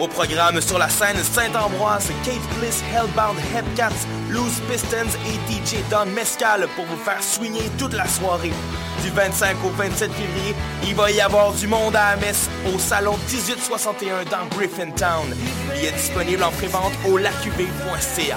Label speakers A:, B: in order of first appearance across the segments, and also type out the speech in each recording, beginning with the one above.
A: Au programme sur la scène Saint-Ambroise, Kate Bliss, Hellbound, Headcats, Loose Pistons et DJ Don Mescal pour vous faire swinguer toute la soirée. Du 25 au 27 février, il va y avoir du monde à la messe au salon 1861 dans Griffintown. Il est disponible en prévente au lacuv.ca.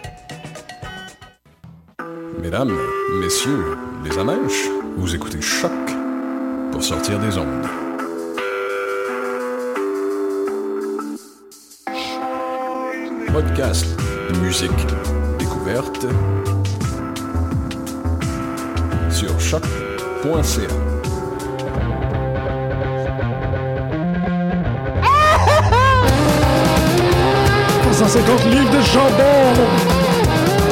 B: Mesdames, messieurs, les amèches, vous écoutez Choc pour sortir des ondes. Podcast, musique, découverte sur choc.ca.
C: livres de jambon!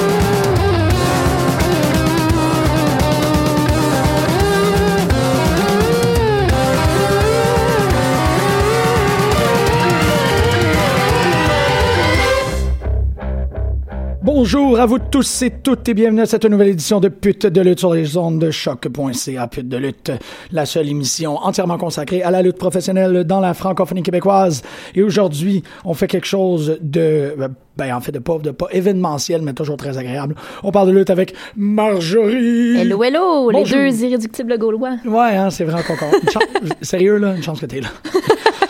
C: Bonjour à vous tous et toutes et bienvenue à cette nouvelle édition de Pute de lutte sur les ondes de choc.ca. Pute de lutte, la seule émission entièrement consacrée à la lutte professionnelle dans la francophonie québécoise. Et aujourd'hui, on fait quelque chose de, ben en fait, de pas, de pas événementiel, mais toujours très agréable. On parle de lutte avec Marjorie.
D: Hello, hello,
C: Bonjour.
D: les deux irréductibles gaulois.
C: Ouais, hein, c'est vraiment encore. une chan- Sérieux, là, une chance que t'es là.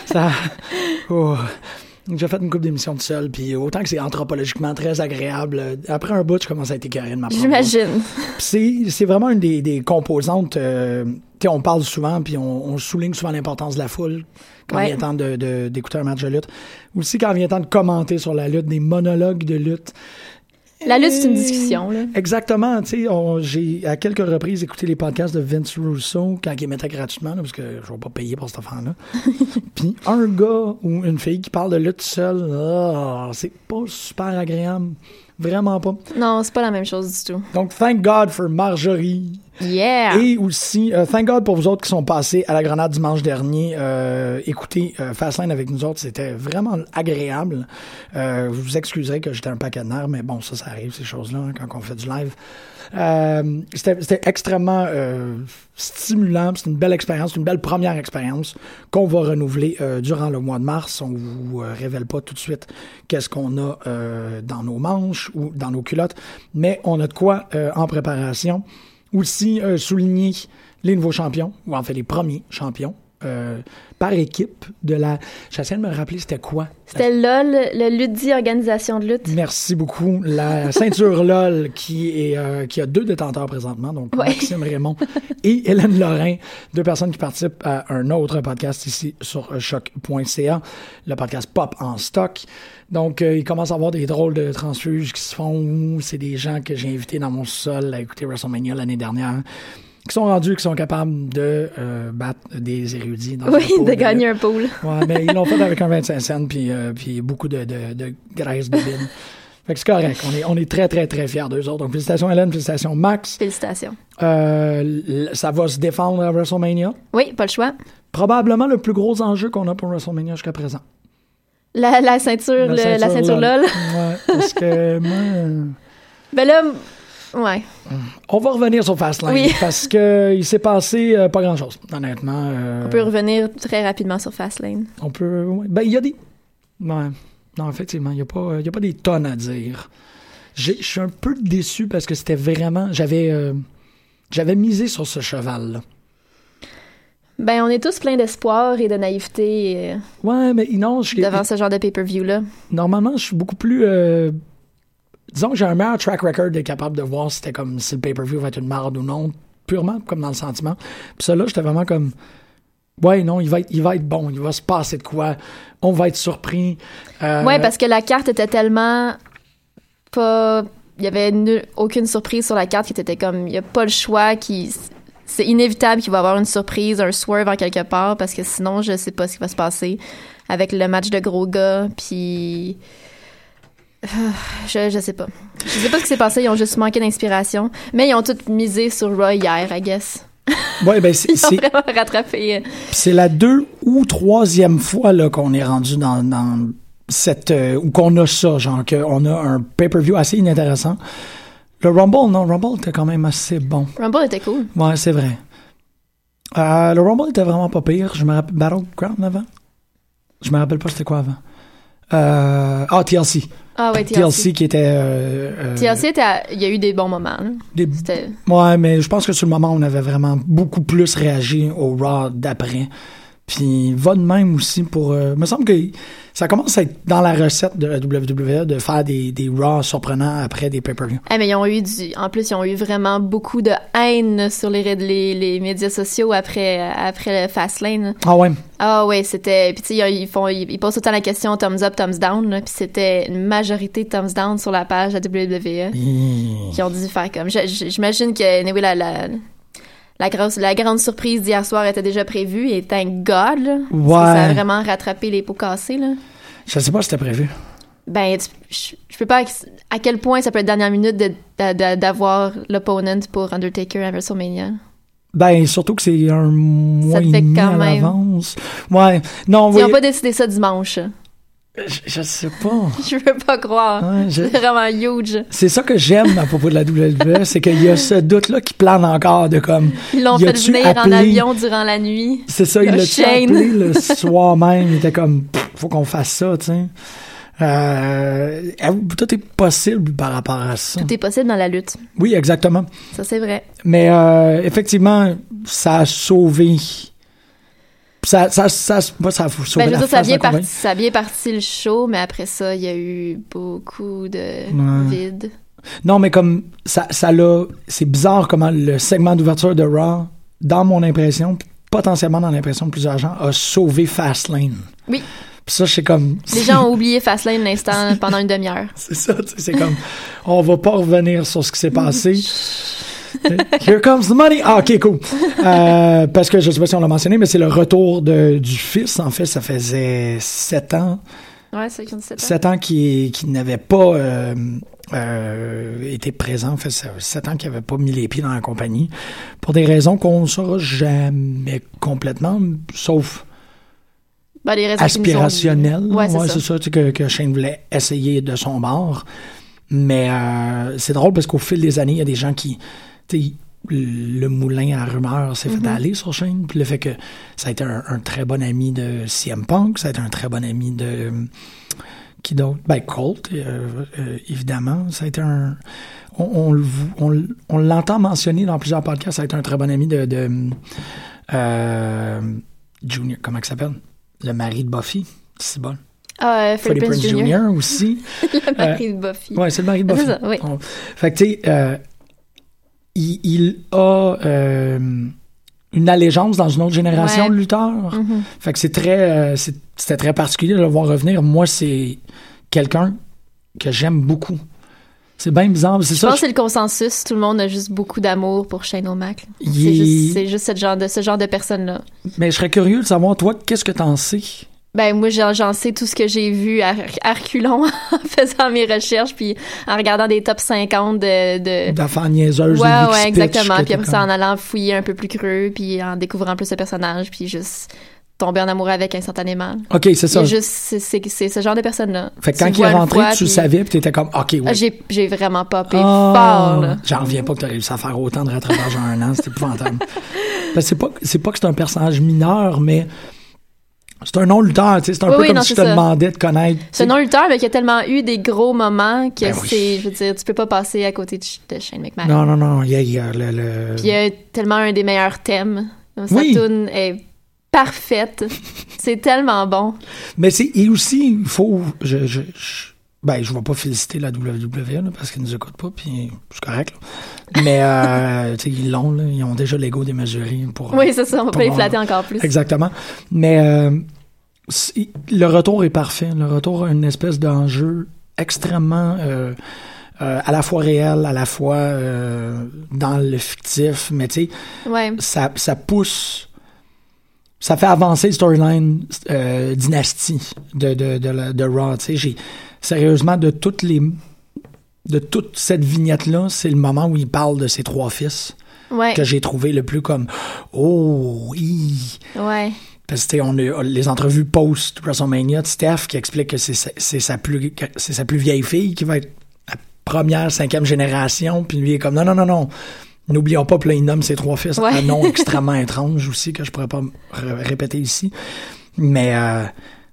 C: Ça. Ouh. J'ai fait une couple d'émissions tout seul, puis autant que c'est anthropologiquement très agréable, euh, après un bout, je commence à être écœuré de ma propre voix.
D: J'imagine.
C: C'est c'est vraiment une des, des composantes. euh, tu sais, on parle souvent, puis on, on souligne souvent l'importance de la foule quand
D: Ouais.
C: il est temps de- de- d'écouter un match de lutte. Aussi, quand il est temps de commenter sur la lutte, des monologues de lutte.
D: La lutte, c'est une discussion, là.
C: Exactement. Tu sais, on- j'ai à quelques reprises écouté les podcasts de Vince Russo quand il les mettait gratuitement, là, parce que je ne vais pas payer pour cet enfant-là. Puis un gars ou une fille qui parle de lutte seule, ah, c'est pas super agréable. Vraiment pas.
D: Non, c'est pas la même chose du tout.
C: Donc, thank God for Marjorie.
D: Yeah!
C: Et aussi, euh, thank God pour vous autres qui sont passés à la Grenade dimanche dernier. Euh, écoutez, euh, Fastlane avec nous autres, c'était vraiment agréable. Euh, vous vous excuserez que j'étais un paquet de nerfs, mais bon, ça, ça arrive, ces choses-là, hein, quand on fait du live. Euh, c'était c'était extrêmement euh, stimulant, c'est une belle expérience, c'est une belle première expérience qu'on va renouveler euh, durant le mois de mars. On vous euh, révèle pas tout de suite qu'est-ce qu'on a euh, dans nos manches ou dans nos culottes, mais on a de quoi euh, en préparation aussi euh, souligner les nouveaux champions, ou en fait les premiers champions, euh, par équipe de la... J'essaie de me rappeler c'était quoi.
D: C'était LOL, le Ludi Organisation de lutte.
C: Merci beaucoup. La ceinture LOL qui, est, euh, qui a deux détenteurs présentement, donc
D: Ouais.
C: Maxime Raymond et Hélène Lorrain, deux personnes qui participent à un autre podcast ici sur euh, choc.ca, le podcast Pop en stock. Donc, euh, il commence à avoir des drôles de transfuges qui se font. C'est des gens que j'ai invités dans mon sol à écouter WrestleMania l'année dernière qui sont rendus, qui sont capables de euh, battre des érudits dans un
D: Oui,
C: pot
D: de
C: lutte.
D: gagner un pool.
C: Ouais, mais ils l'ont fait avec un 25 cents puis, euh, puis beaucoup de, de, de graisse de bine. Fait que c'est correct. On est, on est très, très, très fiers d'eux autres. Donc, félicitations Hélène, félicitations Max.
D: Félicitations.
C: Euh, l- ça va se défendre à WrestleMania.
D: Oui, pas le choix.
C: Probablement le plus gros enjeu qu'on a pour WrestleMania jusqu'à présent.
D: La, la ceinture, le- la ceinture LOL.
C: Ouais, parce que moi, euh,
D: Ben là, Ouais.
C: On va revenir sur Fastlane
D: Oui.
C: parce que il s'est passé euh, pas grand-chose, honnêtement. euh,
D: On peut revenir très rapidement sur Fastlane.
C: on peut- ouais. Ben, il y a des. Ouais. Non, effectivement, il n'y a, pas- il y a pas des tonnes à dire. J'ai- Je suis un peu déçu parce que c'était vraiment. J'avais. euh, J'avais misé sur ce cheval-là.
D: Ben, on est tous pleins d'espoir et de naïveté euh,
C: Ouais, mais non, je-
D: devant ce genre de pay-per-view-là.
C: normalement, je suis beaucoup plus. euh, disons que j'ai un meilleur track record d'être capable de voir si c'était comme si le pay-per-view va être une marde ou non, purement comme dans le sentiment. Puis ça, là, j'étais vraiment comme. Ouais, non, il va, être, il va être bon, il va se passer de quoi, on va être surpris. Euh,
D: Ouais, parce que la carte était tellement pas. Il y avait nul- aucune surprise sur la carte qui était comme. Il n'y a pas le choix qui. C'est inévitable qu'il va y avoir une surprise, un swerve en quelque part, parce que sinon, je sais pas ce qui va se passer avec le match de gros gars, puis. Euh, Je, je sais pas. Je sais pas ce qui s'est passé, ils ont juste manqué d'inspiration. Mais ils ont tout misé sur Roy hier, I guess.
C: Ouais, ben, c'est-
D: Ils ont
C: c'est
D: vraiment rattrapé.
C: Puis c'est la deux ou troisième fois là qu'on est rendu dans, dans cette euh, ou qu'on a ça, genre qu'on a un pay-per-view assez inintéressant. Le Rumble, non, Rumble était quand même assez bon.
D: Rumble était cool.
C: Ouais, c'est vrai. Euh, le Rumble était vraiment pas pire. Je me rappelle Battleground avant. Je me rappelle pas c'était quoi avant. Euh, ah TLC.
D: Ah ouais,
C: TLC.
D: TLC.
C: qui était. euh, euh,
D: TLC, était à- il y a eu des bons moments. là.
C: des-
D: C'était.
C: Ouais, mais je pense que sur le moment, on avait vraiment beaucoup plus réagi au Raw d'après. Puis va de même aussi pour. euh, me semble que ça commence à être dans la recette de la WWE de faire des, des Raw surprenants après des pay-per-view.
D: Ah, mais ils ont eu du. En plus, ils ont eu vraiment beaucoup de haine sur les, raid- les, les médias sociaux après, après le Fastlane.
C: Ah ouais.
D: Ah ouais, c'était. Puis tu sais, ils, font, ils, ils posent autant la question thumbs up, thumbs down. là, Puis c'était une majorité de thumbs down sur la page de la WWE qui ont dû faire comme. je- je- J'imagine que anyway, la, la, la, grosse, la grande surprise d'hier soir était déjà prévue et thank God. Là, parce que ça a
C: Ouais.
D: vraiment rattrapé les pots cassés. Là.
C: Je sais pas si c'était prévu.
D: Ben, tu- je, je peux pas. ex- À quel point ça peut être dernière minute de- de- de- d'avoir l'opponent pour Undertaker à WrestleMania?
C: Ben, surtout que c'est un mois
D: te
C: et
D: fait
C: demi
D: quand
C: à
D: même.
C: l'avance. Ouais. Non,
D: Ils
C: oui.
D: ont pas décidé ça dimanche.
C: Je, je sais pas.
D: Je veux pas croire.
C: Ouais, je-
D: C'est vraiment huge.
C: C'est ça que j'aime à propos de la WWE, c'est qu'il y a ce doute-là qui plane encore de comme.
D: Ils l'ont
C: y
D: fait
C: a-tu
D: venir en
C: appelé-
D: avion durant la nuit.
C: C'est ça, il
D: Le
C: l'a
D: Shane.
C: appelé le soir même. Il était comme, Pff, faut qu'on fasse ça, tu sais. Euh, tout est possible par rapport à ça.
D: Tout est possible dans la lutte.
C: Oui, exactement.
D: Ça, c'est vrai.
C: Mais euh, effectivement, ça a sauvé. Ça, ça, ça, moi, ça a sauvé
D: Ben, je
C: la
D: veux dire, ça a,
C: face de
D: bien
C: la
D: parti,
C: compagnie.
D: ça a bien parti le show, mais après ça, il y a eu beaucoup de
C: Ouais.
D: vide.
C: Non, mais comme ça, ça l'a. C'est bizarre comment le segment d'ouverture de Raw, dans mon impression, puis potentiellement dans l'impression de plusieurs gens, a sauvé Fastlane.
D: Oui,
C: Puis ça, c'est comme.
D: les gens ont oublié Fastlane l'instant pendant une demi-heure.
C: C'est ça, tu sais, c'est comme, on va pas revenir sur ce qui s'est passé. Here comes the money! Ah, ok, cool. Euh, parce que je sais pas si on l'a mentionné, mais c'est le retour de, du fils. En fait, ça faisait sept ans,
D: Ouais, c'est qu'on sait pas.
C: sept ans qu'il qu'il n'avait pas euh, euh, été présent. En fait, ça- sept ans qu'il n'avait pas mis les pieds dans la compagnie pour des raisons qu'on ne saura jamais complètement, sauf
D: Ben, les raisons qu'ils nous ont dit.
C: aspirationnel.
D: Ouais, c'est
C: Ouais,
D: ça.
C: c'est ça, tu sais, que, que Shane voulait essayer de son bord. Mais euh, c'est drôle parce qu'au fil des années, il y a des gens qui. tu sais, le moulin à rumeur s'est
D: Mm-hmm.
C: fait aller sur Shane. Puis le fait que ça a été un, un très bon ami de CM Punk, ça a été un très bon ami de. euh, Qui d'autre Ben, Colt, euh, euh, évidemment. Ça a été un. On, on le vou- on l- on l'entend mentionner dans plusieurs podcasts, ça a été un très bon ami de. de, euh, Junior, comment il s'appelle Le mari de Buffy. C'est bon.
D: Ah, euh, Freddie
C: Freddie Prince Jr. aussi.
D: Le mari de Buffy.
C: Ouais, c'est le mari de
D: C'est
C: Buffy.
D: ça, oui.
C: On- Fait que, tu sais, euh, il, il a euh, une allégeance dans une autre génération
D: Ouais. Mm-hmm.
C: de lutteurs. Fait que c'est très, euh, c'est- c'était très particulier de le voir revenir. Moi, c'est quelqu'un que j'aime beaucoup. C'est bien bizarre, mais c'est
D: Je
C: ça.
D: pense que
C: je-
D: c'est le consensus. Tout le monde a juste beaucoup d'amour pour Shane O'Mac. là.
C: Il
D: C'est
C: est-
D: juste, c'est juste ce genre de, ce genre de personne-là.
C: Mais je serais curieux de savoir, toi, qu'est-ce que t'en sais?
D: Ben, moi, j'en j'en sais tout ce que j'ai vu à, à reculons en faisant mes recherches, puis en regardant des top 50 de. de...
C: D'affaires niaiseuses.
D: Ouais,
C: des
D: ouais,
C: speeches que
D: exactement. Puis
C: t'es
D: après ça, en
C: comme-
D: allant fouiller un peu plus creux, puis en découvrant plus le personnage, puis juste tomber en amour avec instantanément.
C: OK, c'est
D: Il y a
C: ça.
D: juste- C'est c'est- c'est ce genre de personne-là.
C: Fait que
D: Tu
C: quand
D: le
C: il est
D: vois une
C: rentré,
D: fois,
C: tu le
D: puis-
C: savais, puis t'étais comme, OK, oui.
D: Ah, J'ai j'ai vraiment popé
C: Ah,
D: fort, là.
C: J'en reviens pas que t'as réussi à faire autant de rattrapage en un an, c'est épouvantable. Parce que c'est pas, c'est pas que c'est un personnage mineur, mais c'est un non-lutteur, tu sais, c'est un
D: Oui,
C: peu
D: oui,
C: comme
D: non,
C: si je te
D: c'est ça.
C: demandais de connaître.
D: Ce non-lutteur, mais qui a tellement eu des gros moments que
C: Ben oui.
D: c'est, je veux dire, tu peux pas passer à côté de, Sh- de Shane McMahon.
C: Non, non, non, il y a, il y a le. le-
D: Puis il y a tellement un des meilleurs thèmes. Comme Sa
C: Oui.
D: tune est parfaite. c'est tellement bon.
C: Mais c'est, et aussi, il faut. Je, je, je- ben, je vais pas féliciter la WWE, là, parce qu'ils nous écoutent pas, puis c'est correct, là. Mais, euh, tu sais, ils l'ont, là, ils ont déjà l'ego démesuré pour. euh,
D: Oui, c'est ça, on va
C: pour
D: pas les
C: mon-
D: flatter encore plus.
C: Exactement. Mais euh, si- le retour est parfait. Le retour a une espèce d'enjeu extrêmement euh, euh, à la fois réel, à la fois euh, dans le fictif. Mais tu sais,
D: Ouais.
C: ça, ça pousse, ça fait avancer le storyline euh, dynastie de, de, de, la- de Raw. tu sais. J'ai- Sérieusement, de toutes les. De toute cette vignette-là, c'est le moment où il parle de ses trois fils
D: Ouais.
C: que j'ai trouvé le plus comme Oh, hi.
D: Ouais.
C: Parce que, tu sais, on a les entrevues post-WrestleMania de Steph qui explique que c'est sa, c'est sa plus, que c'est sa plus vieille fille qui va être la première, cinquième génération. Puis lui il est comme, non, non, non, non. N'oublions pas, puis là, il nomme ses trois fils.
D: Ouais.
C: Un nom extrêmement étrange aussi que je pourrais pas r- répéter ici. Mais, euh,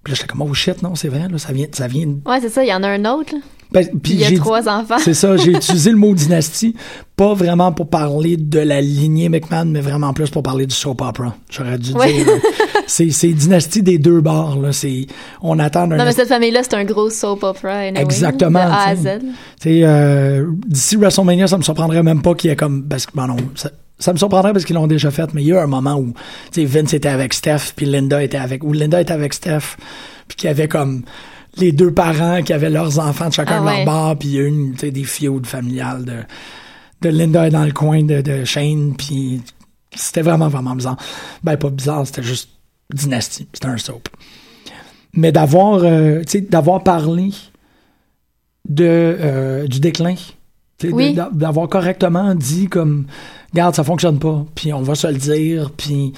C: puis là, j'étais comme, oh shit, non, c'est vrai, là, ça vient, ça vient.
D: Ouais, c'est ça, il y en a un autre. là.
C: Ben, puis
D: Il y a
C: j'ai-
D: trois enfants.
C: c'est ça, j'ai utilisé le mot dynastie, pas vraiment pour parler de la lignée McMahon, mais vraiment plus pour parler du soap opera. J'aurais dû
D: Ouais.
C: dire. euh, c'est, c'est dynastie des deux bords, là. C'est, on attend un.
D: Non, mais cette famille-là, c'est un gros soap opera. anyway,
C: Exactement,
D: De A à
C: tu sais.
D: Z.
C: Tu sais, euh, d'ici WrestleMania, ça me surprendrait même pas qu'il y ait comme. Parce que, bon, non, ça, ça me surprendrait parce qu'ils l'ont déjà fait, mais il y a eu un moment où tu sais, Vince était avec Steph, puis Linda était avec. Ou Linda était avec Steph, puis qu'il y avait comme les deux parents qui avaient leurs enfants de chacun
D: Ah
C: de
D: ouais.
C: leur bord, puis il y a eu une, tu sais, des feuds familiales de, de Linda dans le coin de, de Shane, puis c'était vraiment, vraiment bizarre. Ben, pas bizarre, c'était juste dynastie, c'était un soap. Mais d'avoir, euh, tu sais, d'avoir parlé de, euh, du déclin. Tu sais,
D: Oui.
C: de- d'a- D'avoir correctement dit comme, regarde, ça fonctionne pas, puis on va se le dire, puis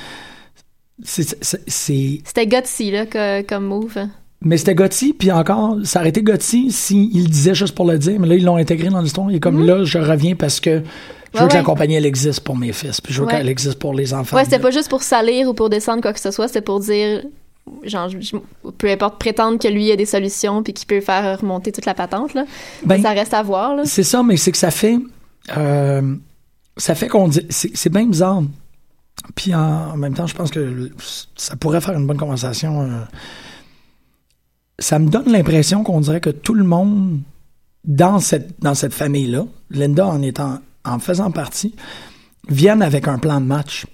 C: c'est- c'est- c'est...
D: C'était gutsy, là, que- comme move.
C: Mais c'était Gotti, puis encore, ça aurait été Gotti s'il le disait juste pour le dire, mais là, ils l'ont intégré dans l'histoire, et comme là, je reviens parce que je veux
D: Mhm. Ouais,
C: que la
D: ouais.
C: compagnie, elle existe pour mes fils, puis je veux
D: Ouais.
C: qu'elle existe pour les enfants.
D: Ouais, c'était pas juste pour salir ou pour descendre quoi que ce soit, c'était pour dire, genre, je- je- peu importe, prétendre que lui a des solutions puis qu'il peut faire remonter toute la patente, là.
C: Ben,
D: Mais ça reste à voir, là.
C: C'est ça, mais c'est que ça fait. euh, ça fait qu'on dit. C'est c'est bien bizarre. Puis en, en même temps, je pense que ça pourrait faire une bonne conversation. euh. Ça me donne l'impression qu'on dirait que tout le monde dans cette, dans cette famille-là, Linda en, étant, en faisant partie, viennent avec un plan de match.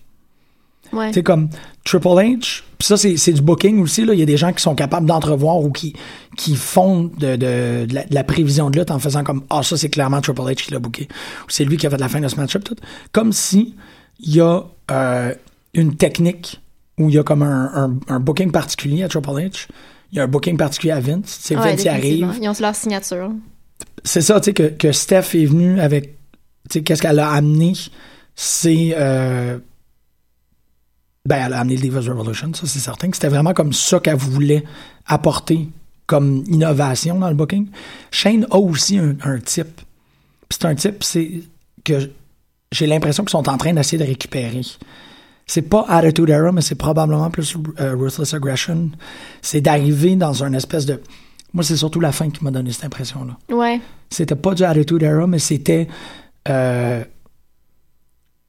D: Ouais.
C: Tu sais, comme Triple H, puis ça, c'est c'est du booking aussi. là. Il y a des gens qui sont capables d'entrevoir ou qui, qui font de, de, de la, de la prévision de lutte en faisant comme Ah, ça, c'est clairement Triple H qui l'a booké. Ou c'est lui qui a fait la fin de ce match-up. Tout. Comme si il y a euh, une technique où il y a comme un, un- un booking particulier à Triple H. Il y a un booking particulier à Vince. C'est
D: Ouais,
C: Vince qui arrive
D: définitivement. Ils ont leur signature.
C: c'est ça, tu sais, que, que Steph est venue avec. Tu sais, qu'est-ce qu'elle a amené? C'est. euh, ben, elle a amené le Divas Revolution, ça, c'est certain. que C'était vraiment comme ça qu'elle voulait apporter comme innovation dans le booking. Shane a aussi un, un type. Puis c'est un type, c'est que j'ai l'impression qu'ils sont en train d'essayer de récupérer. C'est pas Attitude Era, mais c'est probablement plus euh, Ruthless Aggression. C'est d'arriver dans un espèce de. Moi, c'est surtout la fin qui m'a donné cette impression-là
D: Ouais.
C: c'était pas du attitude era, mais c'était euh,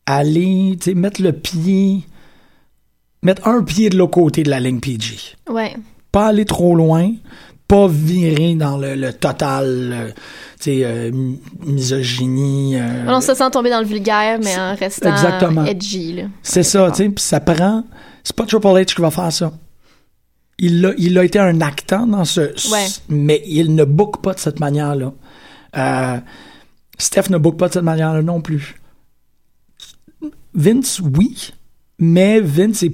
C: aller, tu sais, mettre le pied, mettre un pied de l'autre côté de la ligne PG.
D: Ouais.
C: Pas aller trop loin, pas virer dans le, le total, euh, tu sais, euh, mi- misogynie. euh,
D: On se sent tomber dans le vulgaire, mais en restant
C: Exactement.
D: edgy, là.
C: c'est ça, tu sais, puis ça prend. C'est pas Triple H qui va faire ça. Il a, il a été un actant dans ce.
D: Ouais.
C: Mais il ne book pas de cette manière-là. Euh, Steph ne book pas de cette manière-là non plus. Vince, oui, mais Vince est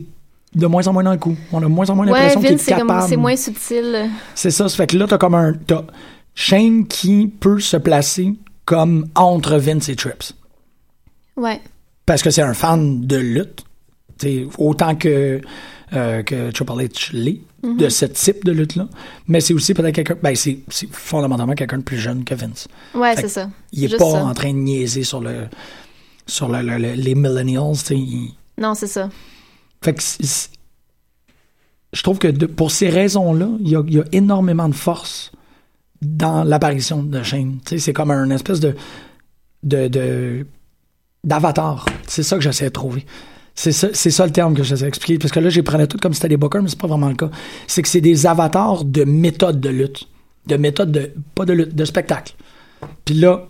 C: de moins en moins dans le coup. On a de moins en moins
D: Ouais,
C: l'impression qu'il
D: Vince,
C: est
D: c'est comme-
C: capable.
D: c'est moins subtil. euh,
C: C'est ça, ça fait que là, t'as comme un. T'as Shane qui peut se placer comme entre Vince et Trips
D: Ouais.
C: parce que c'est un fan de lutte, t'sais, autant que euh, que Triple H l'est,
D: Mm-hmm.
C: de ce type de lutte-là. Mais c'est aussi peut-être quelqu'un. Ben, c'est c'est fondamentalement quelqu'un de plus jeune que Vince.
D: Ouais,
C: Fait
D: c'est
C: que
D: ça.
C: Il est
D: Juste
C: pas
D: ça.
C: en train de niaiser sur le sur le- le- le- les millennials. tu sais, il-
D: Non, c'est ça.
C: Fait que c'est- c'est- je trouve que de- pour ces raisons-là, il y, a- il y a énormément de force dans l'apparition de Shane. Tu sais, c'est comme un espèce de de- de- d'avatar. c'est ça que j'essaie de trouver. C'est ça, c'est ça le terme que j'essaie d'expliquer. Parce que là, j'ai prenais tout comme si c'était des bookers, mais c'est pas vraiment le cas. C'est que c'est des avatars de méthodes de lutte. De méthodes de. pas de lutte, de spectacle. Puis là,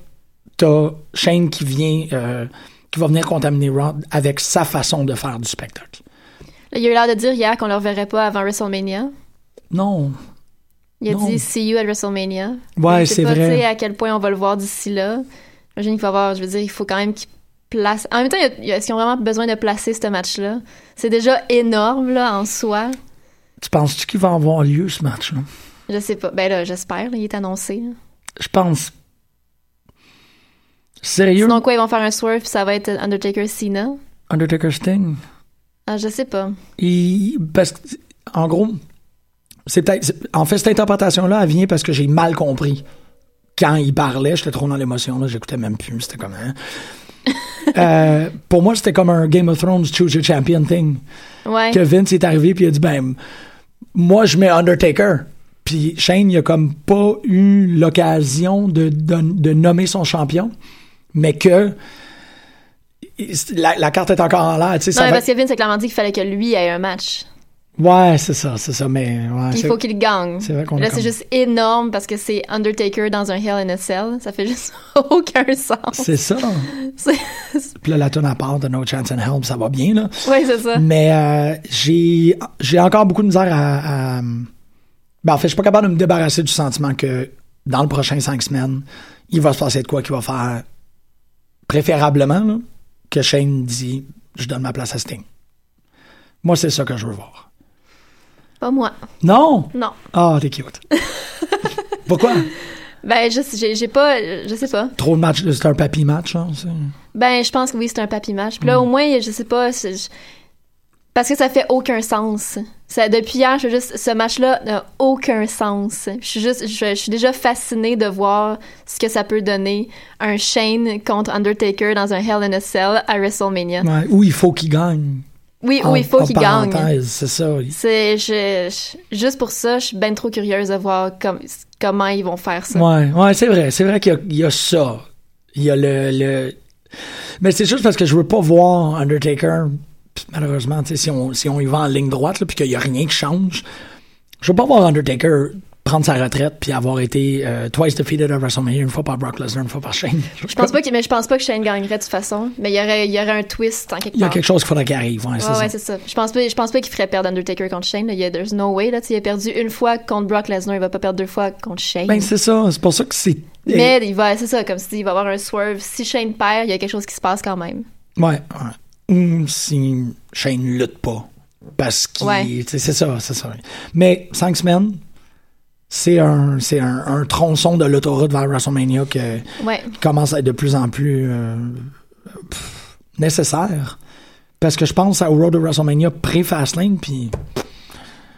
C: t'as Shane qui vient. euh, qui va venir contaminer Raw avec sa façon de faire du spectacle.
D: Là, il a eu l'air de dire hier qu'on le reverrait pas avant WrestleMania.
C: Non.
D: Il a
C: Non.
D: dit See you at WrestleMania.
C: Ouais,
D: Je sais
C: c'est
D: pas, tu sais,
C: vrai.
D: à quel point on va le voir d'ici là. J'imagine qu'il va avoir, je veux dire, il faut quand même qu'il place. En même temps, il y a- il y a- est-ce qu'ils ont vraiment besoin de placer ce match-là? C'est déjà énorme, là, en soi.
C: Tu penses-tu qu'il va avoir lieu ce match-là?
D: Je sais pas. Ben là, j'espère, là, il est annoncé. là.
C: Je pense. Sérieux?
D: Sinon, quoi, ils vont faire un swerve, puis ça va être Undertaker Cena?
C: Undertaker Sting?
D: Ah, je sais pas.
C: Il- Parce que, en gros, c'est peut-être. c'est- En fait, cette interprétation-là, elle vient parce que j'ai mal compris. Quand il parlait, j'étais trop dans l'émotion, là, j'écoutais même plus, c'était comme. hein. Euh, pour moi, c'était comme un Game of Thrones Choose Your Champion thing.
D: Ouais.
C: que Vince est arrivé puis il a dit ben moi je mets Undertaker puis Shane il a comme pas eu l'occasion de, de, de nommer son champion mais que la, la carte est encore en l'air tu sais
D: Non,
C: ça
D: mais
C: va-
D: parce que Vince a clairement dit qu'il fallait que lui ait un match.
C: ouais c'est ça c'est ça mais ouais,
D: Il
C: Ah, c'est-
D: faut qu'il gagne.
C: c'est vrai qu'on a
D: Là, c'est
C: comme-
D: juste énorme parce que c'est Undertaker dans un Hell in a Cell. Ça fait juste aucun sens.
C: c'est ça
D: C'est-
C: puis là la tonne à part de No Chance and Help ça va bien là
D: Ouais, c'est ça.
C: Mais euh, j'ai j'ai encore beaucoup de misère à, à- Ben, en fait, je suis pas capable de me débarrasser du sentiment que dans le prochain cinq semaines, il va se passer de quoi qui va faire préférablement là, que Shane dit je donne ma place à Sting. Moi, c'est ça que je veux voir.
D: Pas moi.
C: Non!
D: Non.
C: Ah, t'es cute. Pourquoi?
D: Ben, je j'ai j'ai pas. Je sais pas.
C: Trop de matchs, c'est un papy match, hein, c'est-
D: Ben, je pense que oui, c'est un papy match. Puis là,
C: Hmm.
D: au moins, je sais pas. c'est- je- Parce que ça fait aucun sens. Ça, depuis hier, je fais juste. Ce match-là n'a aucun sens. Je suis juste. Je, je suis déjà fascinée de voir ce que ça peut donner un Shane contre Undertaker dans un Hell in a Cell à WrestleMania.
C: Ouais, Ou il faut qu'il gagne.
D: Oui,
C: En-
D: oui, Ah. il faut
C: en
D: qu'il gagne.
C: parenthèse, C'est ça.
D: C'est. je- je- juste pour ça, je suis ben trop curieuse de voir com- comment ils vont faire ça.
C: Ouais, ouais, c'est vrai. C'est vrai qu'il y a- il y, a ça. Il y a le. le- Mais c'est juste parce que je veux pas voir Undertaker. pis Malheureusement, tu sais, si on, si on y va en ligne droite, là, puis qu'il y a rien qui change, je veux pas voir Undertaker prendre sa retraite puis avoir été euh, twice defeated à WrestleMania, une fois par Brock Lesnar, une fois par Shane.
D: Je pense pas que, mais je pense pas que Shane gagnerait de toute façon. Mais il y aurait, il y aurait un twist en quelque
C: Il y a
D: part.
C: quelque chose qu'il faudrait qu'il arrive. Ouais, c'est
D: Ouais,
C: ça.
D: ouais, c'est ça. Je pense pas, je pense pas qu'il ferait perdre Undertaker contre Shane. là. Il y a, there's no way. Là, Tu sais, il a perdu une fois contre Brock Lesnar. Il va pas perdre deux fois contre Shane.
C: Ben, c'est ça. C'est pour ça que c'est.
D: mais il va, c'est ça, comme si il va avoir un swerve. Si Shane perd, il y a quelque chose qui se passe quand même.
C: Ouais, ouais. Ou si Shane lutte pas. Parce qu'il.
D: Ouais.
C: tu sais, C'est ça, c'est ça. Mais cinq semaines, c'est un, c'est un, un tronçon de l'autoroute vers WrestleMania que-
D: Ouais.
C: qui commence à être de plus en plus euh, pff, nécessaire. Parce que je pense à Road to WrestleMania pré-Fastlane, puis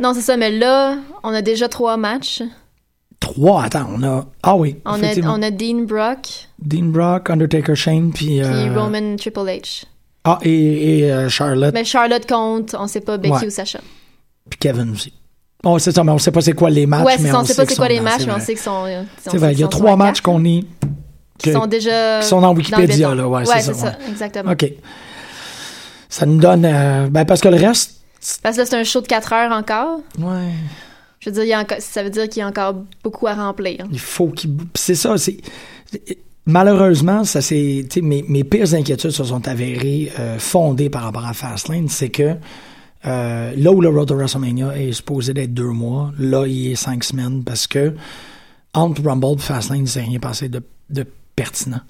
D: Non, c'est ça. Mais là, on a déjà trois matchs.
C: trois, attends, on a. Ah oui,
D: On a,
C: effectivement.
D: on a Dean Brock
C: Dean Brock, Undertaker Shane, puis.
D: puis
C: euh,
D: Roman Triple H.
C: Ah, et, et, euh, Charlotte,
D: Mais Charlotte compte, on sait pas Becky
C: Ouais.
D: ou Sacha.
C: puis Kevin aussi. Oh, c'est ça, mais on sait pas c'est quoi les matchs.
D: ouais, c'est
C: Ah, mais
D: ça, on,
C: on
D: sait pas
C: qu'ils
D: c'est quoi
C: sont
D: les
C: dans-
D: matchs, mais on
C: vrai.
D: sait qu'ils sont. euh,
C: C'est
D: on
C: vrai, ben,
D: sait
C: il y a
D: qu'ils sont
C: trois
D: sur la
C: matchs
D: carte,
C: qu'on est.
D: qui sont déjà
C: qui sont dans
D: le
C: Wikipédia,
D: béton.
C: là, ouais, c'est ça, ouais.
D: exactement.
C: OK. Ça nous donne. euh, ben, parce que le reste.
D: Parce que là, c'est un show de 4 heures encore.
C: Ouais.
D: Je veux dire, il y a encore, ça veut dire qu'il y a encore beaucoup à remplir.
C: Il faut qu'il. bou- Puis C'est ça, c'est. Malheureusement, ça c'est. tu sais, Mes, mes pires inquiétudes se sont avérées euh, fondées par rapport à Fastlane. C'est que euh, là où le Road to WrestleMania est supposé d'être deux mois, là, il est cinq semaines parce que entre Rumble et Fastlane, il ne s'est rien passé de, de pertinent.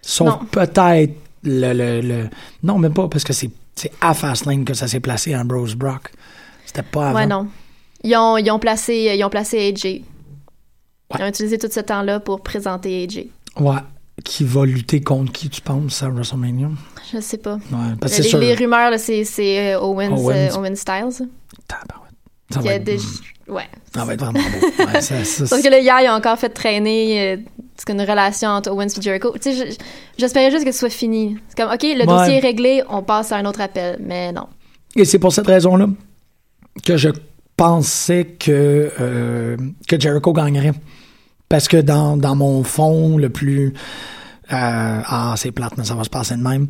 C: Sauf
D: Non.
C: peut-être le, le- le- Non, même pas, parce que c'est c'est à Fastlane que ça s'est placé à Ambrose Brock. C'était pas avant.
D: Ouais, non. Ils ont, ils ont placé, ils ont placé AJ.
C: Ouais.
D: Ils ont utilisé tout ce temps-là pour présenter AJ.
C: Ouais. qui va lutter contre qui, tu penses, à WrestleMania?
D: Je sais pas.
C: Ouais, parce que Ah,
D: les,
C: c'est sûr.
D: les rumeurs, là, c'est- c'est euh, Owens,
C: Owens.
D: euh, Owen Styles.
C: Tabarouette. Ça
D: qui
C: va
D: a
C: être-
D: des- Ouais.
C: ça va être vraiment beau. Ouais, ça- ça-
D: Sauf que là, hier, il a encore fait traîner euh, parce qu'une relation entre Owens et Jericho. Tu sais, je- j'espérais juste que ce soit fini. C'est comme, OK, le
C: Ouais.
D: dossier est réglé, on passe à un autre appel. Mais non.
C: Et c'est pour cette raison-là que je pensais que, euh, que Jericho gagnerait. Parce que dans, dans mon fond le plus. euh, ah, c'est plate, mais ça va se passer de même.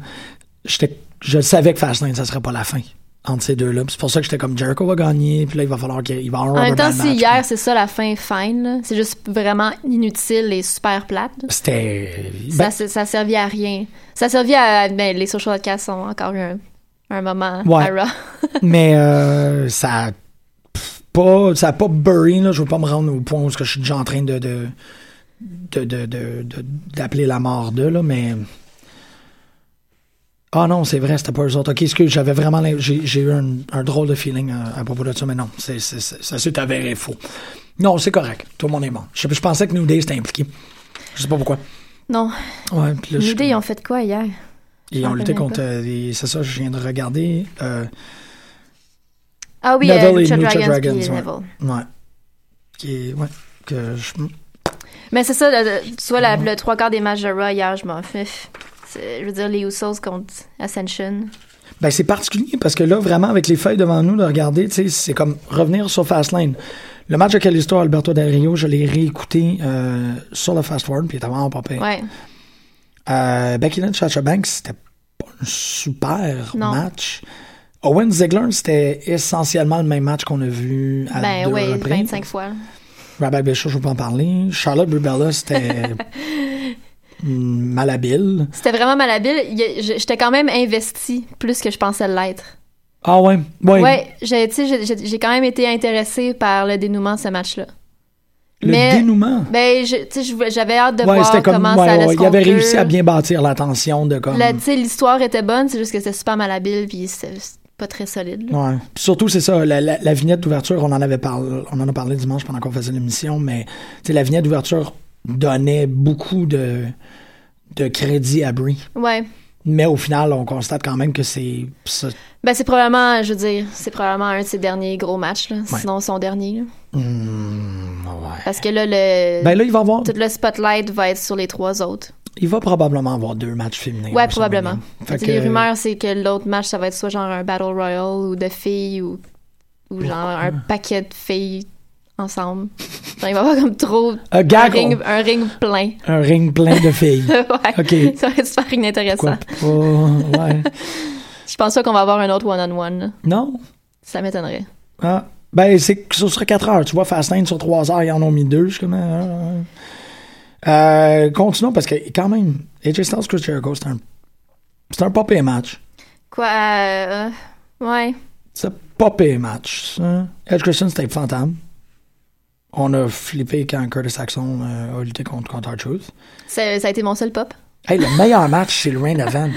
C: J'étais- Je savais que Fastlane, ça serait pas la fin entre ces deux-là. Puis C'est pour ça que j'étais comme Jericho va gagner, puis là, il va falloir qu'il il va avoir un
D: En même
C: rubber
D: temps,
C: band
D: si
C: match.
D: hier, c'est ça la fin fine, là, c'est juste vraiment inutile et super plate. là.
C: C'était. ben,
D: ça, se- ça servait à rien. Ça servait à. Ben, les social podcasts ont encore eu un, un moment
C: Ouais.
D: à Raw.
C: Mais euh, ça a pff, pas ça a pas bury là, je veux pas me rendre au point où est-ce que je suis déjà en train de de de- de- de- de- d'appeler la mort de là, mais ah non, c'est vrai, c'était pas eux autres. Ok, excuse, j'avais vraiment. l'im- J'ai j'ai eu un, un drôle de feeling euh, à, à propos de ça, mais non, c'est c'est- c'est- ça s'est avéré faux. Non, c'est correct. Tout le monde est mort. Je, je pensais que New Day était impliqué. Je sais pas pourquoi.
D: Non.
C: Ouais, puis là, je-
D: L'idée, idée, ils ont fait quoi hier?
C: ils
D: m'en
C: ont lutté
D: rappelle
C: contre. euh, les- C'est ça, je viens de regarder. euh,
D: Ah oui,
C: Neville
D: euh,
C: et
D: Lucha
C: Lucha
D: Dragons, puis
C: Dragons, ouais.
D: Neville.
C: Ouais. Qui est- ouais. Que je.
D: Mais c'est ça, le- le- tu vois, la- le trois quarts des matchs de Raw hier, je m'en fiche. Je veux dire, les Usos contre Ascension.
C: Ben, c'est particulier parce que là, vraiment, avec les feuilles devant nous de regarder, tu sais, c'est comme revenir sur Fastlane. Le match de Calisto Alberto Del Rio, je l'ai réécouté euh, sur le Fast Forward, puis il était vraiment pas pire.
D: Ouais.
C: Euh, Becky Lynch, Sasha Banks, c'était pas un super
D: Non.
C: match. Owen Ziegler, c'était essentiellement le même match qu'on a vu à
D: Ben
C: deux
D: oui,
C: reprises.
D: 25 fois. là.
C: Rabbi Bishop, je veux pas en parler. Charlotte Brubella, c'était mm, malhabile.
D: C'était vraiment malhabile. Il y a- j- J'étais quand même investie plus que je pensais l'être.
C: Ah ouais, ouais.
D: Ouais, j'ai tu sais, j'ai- j'ai- j'ai quand même été intéressée par le dénouement de ce match-là.
C: le
D: mais-
C: dénouement.
D: Ben, je- tu sais, je- j'avais hâte de
C: Ouais,
D: voir
C: c'était comme
D: comment
C: ouais,
D: ça allait
C: ouais,
D: se
C: il avait
D: conclure.
C: réussi à bien bâtir l'attention de comme
D: La- tu sais, L'histoire était bonne, c'est juste que c'était super malhabile, puis c'était pas très solide. là.
C: Ouais. Puis surtout c'est ça la, la- la vignette d'ouverture, on en avait parlé on en a parlé dimanche pendant qu'on faisait l'émission mais tu sais, la vignette d'ouverture donnait beaucoup de de crédit à Brie.
D: Ouais.
C: Mais au final, on constate quand même que c'est ça-
D: Ben, c'est probablement, je veux dire, c'est probablement un de ses derniers gros matchs, là, sinon son dernier. là.
C: Hmm, ouais.
D: Parce que là, le,
C: Ben là, il va avoir
D: tout le spotlight va être sur les trois autres.
C: il va probablement avoir deux matchs féminins.
D: Ouais,
C: à WrestleMania.
D: probablement.
C: Fait
D: Les
C: que-
D: rumeurs, c'est que l'autre match, ça va être soit genre un Battle Royal ou de filles ou, ou genre un paquet de filles ensemble. Genre, il va y avoir comme trop.
C: Un gag,
D: ring, un ring plein.
C: un ring plein de filles.
D: ouais.
C: Ok.
D: Ça va être super
C: Quoi
D: inintéressant.
C: pas, ouais.
D: Je pense pas qu'on va avoir un autre one-on-one. là.
C: Non.
D: ça m'étonnerait.
C: Ah. Ben, c'est que ce serait 4 heures. Tu vois, Fastlane sur 3 heures, ils en ont mis 2. Je suis comme. euh, euh, euh. Euh, continuons parce que, quand même, AJ Styles, Chris Jericho, c'est un. C'est un pas pire match.
D: Quoi? euh, euh, ouais.
C: C'est un pas pire match. ça. Edge Christian, c'était fantôme. On a flippé quand Curtis Axon euh, a lutté contre, contre R-Truth.
D: Ça, ça a été mon seul pop.
C: Hey, le meilleur match, c'est le main event.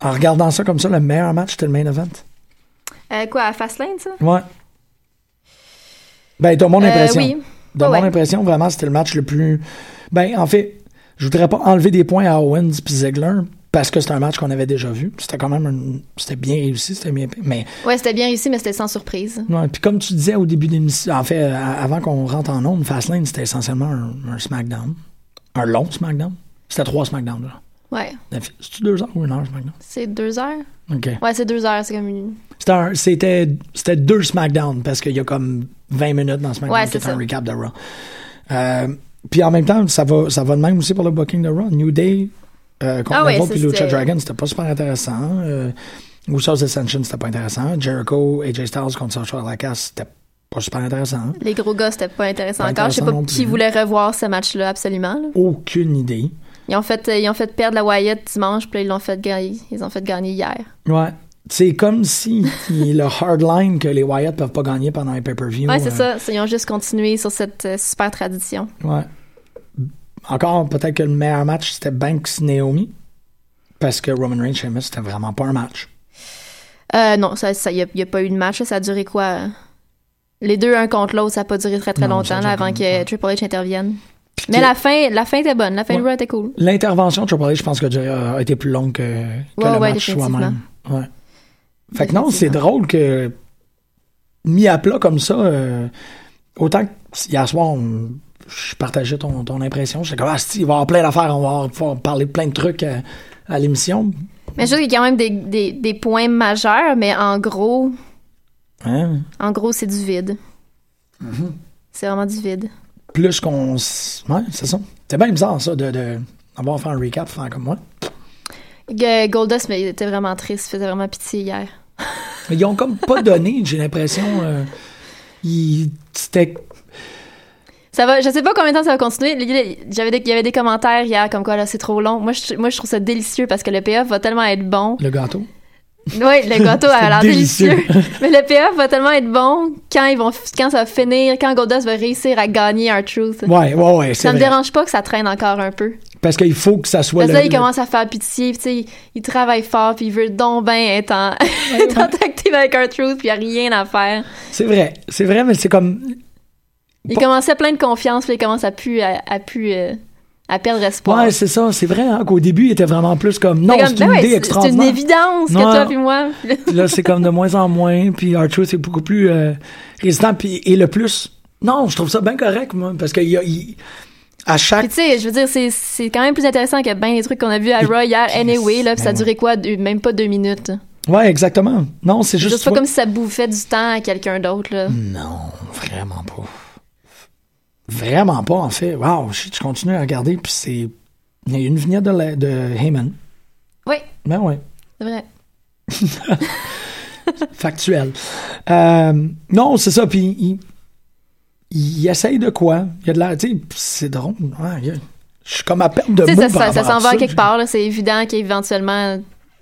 C: En regardant ça comme ça, le meilleur match, c'était le main event.
D: Euh, quoi, à Fastlane, ça?
C: Ouais. Ben, t'as mon
D: Euh,
C: impression.
D: oui.
C: De
D: Ouais,
C: mon
D: ouais.
C: impression, vraiment, c'était le match le plus. Ben, en fait, je voudrais pas enlever des points à Owens et Ziegler parce que c'est un match qu'on avait déjà vu. C'était quand même un- c'était bien réussi, c'était bien. Mais
D: Ouais, c'était bien réussi, mais c'était sans surprise.
C: ouais, puis comme tu disais au début de l'émission, en fait, euh, avant qu'on rentre en nombre, Fastlane c'était essentiellement un, un SmackDown, un long SmackDown. C'était trois SmackDown là.
D: Ouais.
C: C'est deux heures ou une heure SmackDown.
D: C'est deux heures?
C: Ok.
D: Ouais, c'est deux heures. C'est comme une.
C: C'était un- C'était c'était deux SmackDown parce qu'il y a comme 20 minutes dans SmackDown
D: Ouais,
C: qui
D: c'est
C: est un
D: ça.
C: recap de Raw. Euh, puis en même temps, ça va, ça va de même aussi pour le booking de Raw. New Day euh, contre
D: Ah ouais,
C: Neville
D: ça,
C: puis Lucha
D: c'était-
C: Dragon, c'était pas super intéressant. Euh, Usos Ascension, c'était pas intéressant. Jericho, AJ Styles contre Sasha Lacas, c'était pas super intéressant.
D: Les gros gars, c'était pas intéressant
C: Pas
D: encore. Je sais
C: intéressant
D: pas
C: non
D: qui
C: plus. hein.
D: voulait revoir ce match-là, absolument. là.
C: Aucune idée.
D: Ils, ont fait, euh, ils ont fait perdre la Wyatt dimanche, puis là, ils l'ont fait gagner. Ils ont fait gagner hier.
C: Ouais. C'est comme si il- le hardline que les Wyatt peuvent pas gagner pendant un pay-per-view.
D: Ouais, c'est
C: euh,
D: ça. C'est- Ils ont juste continué sur cette euh, super tradition.
C: Ouais. Encore, peut-être que le meilleur match, c'était Banks-Naomi. Parce que Roman Reigns, Sheamus, c'était vraiment pas un match.
D: Euh, non, ça, ça, y a, y a pas eu de match. là. Ça a duré quoi? euh, Les deux, un contre l'autre, ça a pas duré très très
C: Non, ça
D: longtemps
C: a
D: là,
C: duré
D: avant que
C: longtemps.
D: Triple H intervienne.
C: Puis
D: Mais
C: que-
D: la fin, la fin était bonne. La fin
C: Ouais.
D: du round était cool.
C: L'intervention de Chopin, je pense que a été plus longue que, que
D: Ouais,
C: le
D: ouais,
C: match
D: définitivement.
C: soi-même. Ouais. Fait que non, c'est
D: Définitivement.
C: drôle que mis à plat comme ça, euh, autant que hier soir, on- je partageais ton, ton impression, j'étais comme, ah, c'ti, il va y avoir plein d'affaires, on va avoir- pouvoir parler de plein de trucs à, à l'émission.
D: Mais je trouve qu'il y a quand même des, des, des points majeurs, mais en gros,
C: Hein?
D: en gros, c'est du vide.
C: Mm-hmm.
D: C'est vraiment du vide.
C: Plus qu'on. s- Ouais, c'est ça. C'est bien bizarre, ça, de, de avoir fait un recap, faire comme moi.
D: G- Goldust, mais il était vraiment triste, il faisait vraiment pitié hier.
C: Mais Ils ont comme pas donné, j'ai l'impression. euh, ils- C'était
D: Ça va, je sais pas combien de temps ça va continuer. Il y a- J'avais des, il y avait des commentaires hier comme quoi là c'est trop long. Moi je, moi je trouve ça délicieux parce que le PA va tellement être bon.
C: le gâteau.
D: Oui, le gâteau a
C: C'est
D: l'air
C: délicieux.
D: délicieux. Mais le PA va tellement être bon quand ils vont f- quand ça va finir, quand Goldust va réussir à gagner un truth.
C: Ouais, ouais, ouais. c'est
D: ça me
C: vrai.
D: dérange pas que ça traîne encore un peu.
C: Parce qu'il faut que ça soit
D: Parce
C: le,
D: que là, il
C: le-
D: commence à faire pitié, puis tu sais, il- il travaille fort, puis il veut donc ben être, en... être en tag team avec un truth, puis il a rien à faire.
C: C'est vrai, c'est vrai, mais c'est comme.
D: Il
C: Pas-
D: commençait plein de confiance, puis il commence à plus, à, à plus, euh, à perdre espoir.
C: Ouais, c'est ça, c'est vrai, hein, qu'au début, il était vraiment plus comme. Non,
D: Fait comme,
C: c'est
D: ben
C: une
D: ouais,
C: idée
D: c'est- C'est une
C: extraordinaire.
D: évidence que
C: Ouais.
D: toi puis moi.
C: Puis là, c'est comme de moins en moins, puis Arthur, c'est beaucoup plus euh, résistant, puis et le plus. Non, je trouve ça bien correct, moi, parce qu'il y a. il- à
D: Puis
C: chaque.
D: tu sais, je veux dire, c'est- c'est quand même plus intéressant que ben les trucs qu'on a vus à
C: Et-
D: Raw hier, anyway, là,
C: Ben
D: puis ça
C: ouais.
D: durait quoi, deux- même pas deux minutes.
C: Ouais, exactement. Non, c'est
D: C'est
C: juste.
D: juste pas comme si ça bouffait du temps à quelqu'un d'autre, là.
C: Non, vraiment pas. Vraiment pas, en fait. Wow, je, je continue à regarder, puis c'est. Il y a une vignette de, la- de Heyman.
D: Oui,
C: Ben ouais.
D: c'est vrai.
C: factuel. Euh, non, c'est ça. Puis il, il essaye de quoi Il y a de l'air. Tu sais, c'est drôle. Ouais, il y a- je suis comme à perte de mots.
D: Tu sais, ça,
C: par
D: ça,
C: rapport
D: ça
C: à
D: s'en va à
C: ça.
D: quelque part, là. C'est évident qu'éventuellement,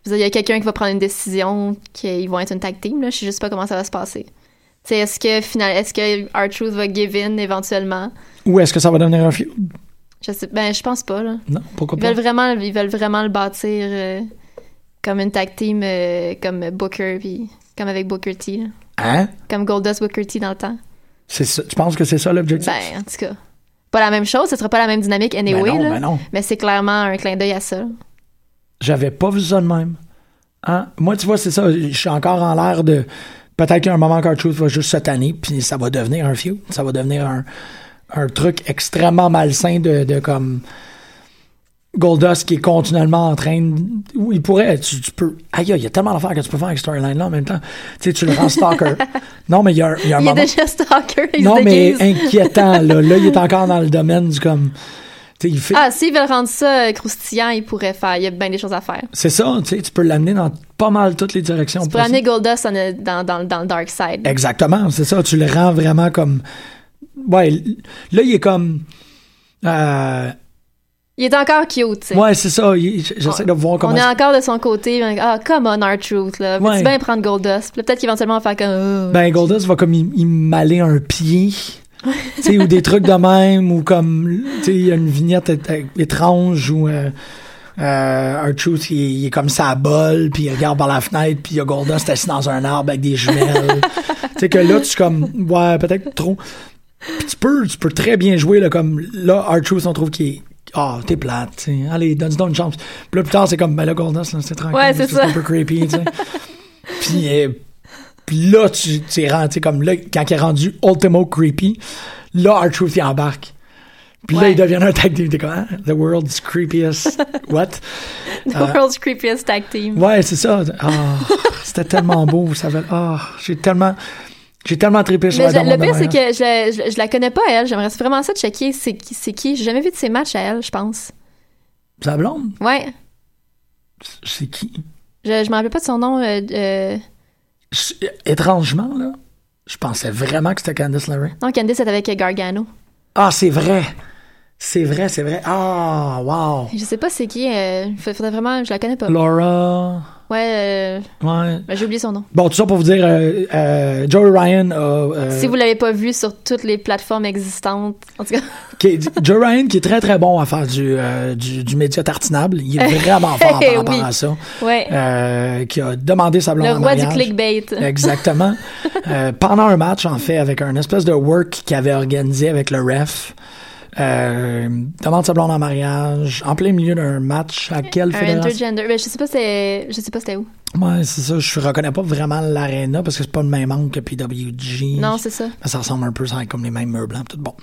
D: je veux dire, il y a quelqu'un qui va prendre une décision, qu'ils vont être une tag team, là. Je sais juste pas comment ça va se passer. Tu sais, est-ce que, final, est-ce que R-Truth va give in éventuellement?
C: Ou est-ce que ça va devenir un feud
D: Je sais, ben, je pense pas, là.
C: Non, pourquoi
D: Ils
C: pas
D: veulent vraiment, ils veulent vraiment le bâtir euh, comme une tag team, euh, comme Booker, puis comme avec Booker T, là.
C: Hein
D: comme Goldust Booker T dans le temps.
C: C'est ça- Tu penses que c'est ça l'objectif
D: Ben, en tout cas, pas la même chose, ce sera pas la même dynamique
C: Ben
D: anyway,
C: non,
D: là.
C: ben non.
D: Mais c'est clairement un clin d'œil à ça.
C: J'avais pas vu ça de même. Hein? Moi, tu vois, c'est ça. Je suis encore en l'air de. Peut-être qu'à un moment, Cartruth va juste se tanner, puis ça va devenir un feud. Ça va devenir un, un truc extrêmement malsain de, de comme. Goldust qui est continuellement en train. de- Oui, il pourrait. Tu, tu peux. Aïe, aïe, il y a tellement d'affaires que tu peux faire avec cette storyline-là en même temps. Tu sais, tu le rends stalker. non, mais il y a, un- il y a un
D: Il est
C: moment.
D: déjà stalker, il
C: non,
D: se
C: mais
D: déguise.
C: inquiétant, là. Là, il est encore dans le domaine du comme. Tu sais, il fait.
D: Ah, s'ils veulent rendre ça euh, croustillant, ils pourraient faire. Il y a bien des choses à faire.
C: C'est ça, tu sais, tu peux l'amener dans pas mal toutes les directions.
D: Tu pourrais
C: possibles.
D: amener Goldust en, euh, dans, dans, dans le Dark Side.
C: Exactement, c'est ça. Tu le rends vraiment comme. Ouais, l- là, il est comme. euh,
D: Il est encore cute, tu sais.
C: Ouais, c'est ça. il- j- J'essaie de voir
D: On
C: comment.
D: est encore de son côté. ben, Ah, come on, R-Truth, là. Peux-tu
C: Ouais.
D: bien prendre Goldust? Puis là, Peut-être qu'éventuellement, on va faire comme... euh,
C: Ben, Goldust va comme il, il m'aller un pied. tu sais, ou des trucs de même, ou comme. Tu sais, il y a une vignette é- é- étrange, ou. Euh, euh, un truth, il, est- il est comme ça bol, puis il regarde par la fenêtre, puis il y a Goldust assis dans un arbre avec des jumelles. tu sais, que là, tu es comme. Ouais, peut-être trop. Puis tu peux, tu peux très bien jouer, là, comme là, R-Truth, on trouve qu'il est. Ah, t'es plate, tu sais. Allez, donne-nous une chance. Puis là, plus tard, c'est comme, ben là, Goldust, là, c'est tranquille.
D: Ouais, c'est
C: juste
D: ça.
C: un peu creepy, tu sais. Puis, euh, puis là, tu tu es rendu, tu sais, comme là, quand il est rendu Ultimo Creepy, là, R-Truth, il embarque. Puis là,
D: Ouais.
C: il devient un tag team. T'es comme, hein? The world's creepiest. What?
D: The world's creepiest tag team.
C: Ouais, c'est ça. Ah, c'était tellement beau, vous savez. Ah, j'ai tellement. J'ai tellement trippé sur
D: Mais
C: la
D: je-
C: demande
D: le
C: de
D: pire, c'est
C: mariage.
D: que je, la- je, je la connais pas, elle. J'aimerais vraiment ça checker c'est qui. C'est qui. J'ai jamais vu de ses matchs à elle, je pense.
C: Sa blonde,
D: Ouais.
C: c'est qui?
D: Je, je me rappelle pas de son nom. euh, euh,
C: Je- étrangement, là, je pensais vraiment que c'était Candice LeRae.
D: Non, Candice est avec euh, Gargano.
C: Ah, c'est vrai. C'est vrai, c'est vrai. Ah, wow.
D: Je sais pas c'est qui. euh, fa- faudrait vraiment. Je la connais pas.
C: Laura.
D: Ouais, euh,
C: Ouais.
D: ben, j'ai oublié son nom.
C: Bon, tout ça pour vous dire, euh, euh, Joey Ryan a. euh,
D: Si vous l'avez pas vu sur toutes les plateformes existantes, en tout cas,
C: qui est- Joe Ryan qui est très très bon à faire du, euh, du, du média tartinable. Il est vraiment fort par
D: Eh
C: rapport
D: oui.
C: à ça.
D: ouais,
C: Euh, qui a demandé sa blonde
D: le
C: en
D: roi du
C: mariage.
D: clickbait.
C: Exactement. Euh, pendant un match, en fait, avec un espèce de work qu'il avait organisé avec le ref. euh, demande sa blonde en mariage, en plein milieu d'un match, à quelle
D: Un
C: fédération?
D: intergender. Ben, je sais pas c'était, je sais pas c'était où.
C: Ouais, c'est ça. Je reconnais pas vraiment l'aréna parce que c'est pas le même angle que PWG.
D: Non, c'est ça.
C: Ben, ça ressemble un peu, ça a comme les mêmes meubles, hein, tout bon.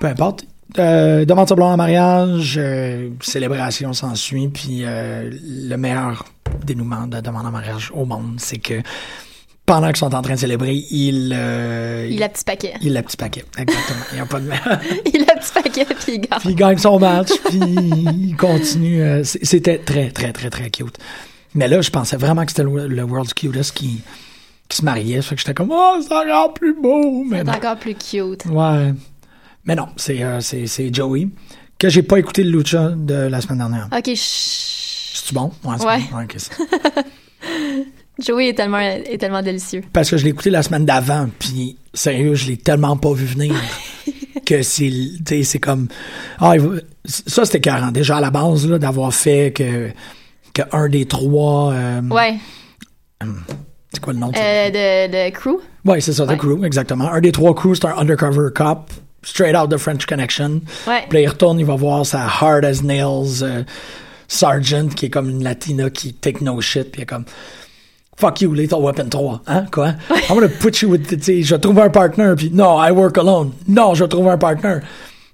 C: Peu importe. Euh, demande sa blonde en mariage, euh, célébration s'ensuit, puis euh, le meilleur dénouement de demande en mariage au monde, c'est que pendant qu'ils sont en train de célébrer, ils... euh,
D: Il a petit paquet.
C: il a petit paquet, exactement. Il n'y a pas de
D: Il a petit paquet puis il garde.
C: Puis il gagne son match, puis il continue. euh, c- C'était très, très, très, très cute. Mais là, je pensais vraiment que c'était le, le World's Cutest qui, qui se mariait. Ça fait que j'étais comme, oh, c'est encore plus beau. Mais
D: C'est
C: non.
D: encore plus cute.
C: Ouais. Mais non, c'est euh, c'est- c'est Joey, que j'ai pas écouté le Lucha de la semaine dernière.
D: Ok, chut.
C: C'est-tu bon? c'est
D: Ah. Ouais.
C: bon. ok, c'est-
D: Joey est tellement, est tellement délicieux.
C: Parce que je l'ai écouté la semaine d'avant, puis sérieux, je l'ai tellement pas vu venir que c'est, tu sais, c'est comme, ah, il va- ça c'était carrément déjà à la base là, d'avoir fait que que un des trois, euh,
D: Ouais,
C: c'est quoi le nom? de ça?
D: euh, de, de crew.
C: ouais, c'est ça, The
D: ouais.
C: Crew, exactement. Un des trois crews, c'est un undercover cop, straight out de French Connection.
D: Ouais.
C: Puis là, il retourne, il va voir sa hard as nails euh, sergeant qui est comme une latina qui take no shit, puis il est comme fuck you, Lethal Weapon 3, hein quoi? I'm gonna put you with, tu sais, je trouve un partner, puis non, I work alone, non, je trouve un partner,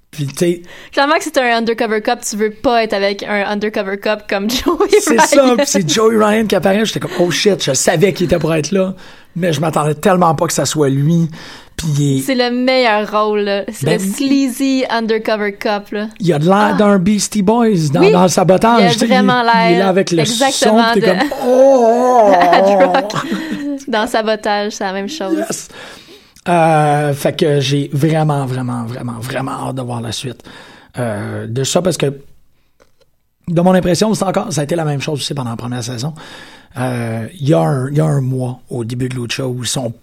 C: puis tu sais,
D: Clairement que c'est un undercover cop, tu veux pas être avec un undercover cop comme Joey.
C: c'est
D: Ryan.
C: ça, puis c'est Joey Ryan qui apparaît, j'étais comme oh shit, je savais qu'il était pour être là, mais je m'attendais tellement pas que ça soit lui, puis il est-
D: C'est le meilleur rôle, là. C'est
C: Ben
D: le
C: oui.
D: sleazy undercover cop, là.
C: il a de l'air d'un Beastie Boys dans,
D: Ah. Oui.
C: dans le sabotage.
D: Il a
C: tu sais,
D: vraiment
C: Il est là
D: l'air
C: avec le
D: exactement
C: son, pis t'es
D: de-
C: comme oh!
D: Ad Rock. Dans Sabotage, c'est la même chose.
C: Yes. Euh, fait que j'ai vraiment, vraiment, vraiment, vraiment hâte de voir la suite euh, de ça parce que, de mon impression, c'est encore, ça a été la même chose aussi pendant la première saison. Euh, Il y, a un- il y a un mois au début de Lucha où ils sont.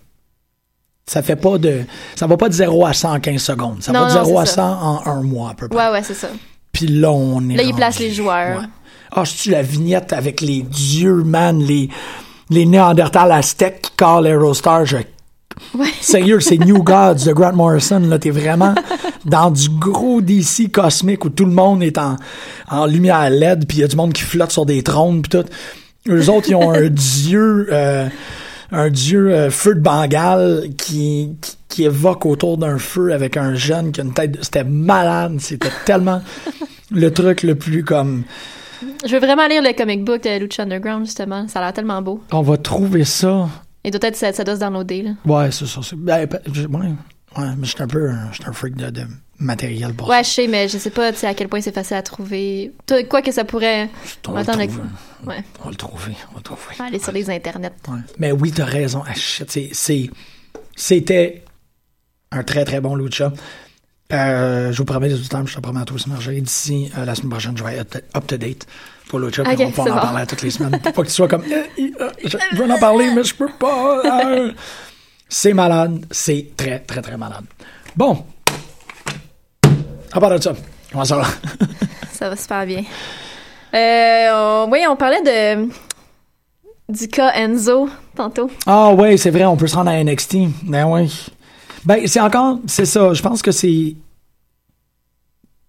C: Ça fait pas de. Ça va pas de 0 à 100 en 15 secondes. Ça
D: Non,
C: va de
D: non,
C: 0 à
D: c'est
C: 100
D: ça.
C: en un mois à peu près.
D: Ouais, ouais, c'est ça.
C: Puis là, on est.
D: Là, il
C: rendu-
D: place les joueurs.
C: Ouais. Ah, c'est-tu la vignette avec les dieux, man, les, les Néandertals aztèques qui callent Aerostar? Je... Sérieux, c'est New Gods de Grant Morrison. Là, t'es vraiment dans du gros DC cosmique où tout le monde est en, en lumière LED, puis il y a du monde qui flotte sur des trônes, puis tout. Eux autres, ils ont un dieu, euh, un dieu euh, feu de Bengale qui, qui, qui évoque autour d'un feu avec un jeune qui a une tête. de- C'était malade, c'était tellement le truc le plus comme.
D: Je veux vraiment lire le comic book de Lucha Underground, justement. Ça a l'air tellement beau.
C: On va trouver ça.
D: Et doit être ça, ça doit se downloader, là.
C: Ouais, c'est ça. c'est- ben, ben, je- ouais, ouais, mais je suis un peu un, j'suis un freak de, de matériel pour
D: Ouais, je sais, mais je sais pas, tu sais, à quel point c'est facile à trouver. Toi, Quoi que ça pourrait...
C: ça. On va le
D: attendre
C: trouver.
D: avec- Ouais.
C: On va le trouver. On va le trouver.
D: Aller sur les internets.
C: Ouais. Mais oui, t'as raison. Ah, shit, c'est- c'est- C'était un très très bon Lucha. Euh, je vous promets les temps, je te promets à tous marcher. D'ici euh, la semaine prochaine, je vais être up-to-date pour Lucha. puis
D: Ok,
C: on va
D: c'est
C: en
D: bon.
C: parler à toutes les semaines. Pour pas que tu sois comme Eh, eh, euh, je je veux en parler, mais je peux pas. euh. C'est malade. C'est très, très, très malade. Bon. À part de ça, comment ça va?
D: Ça va super bien. Euh, on- Oui, on parlait de... du cas Enzo, tantôt.
C: Ah ouais, c'est vrai, on peut se rendre à NXT. Ben oui. Ben, c'est encore, c'est ça, je pense que c'est...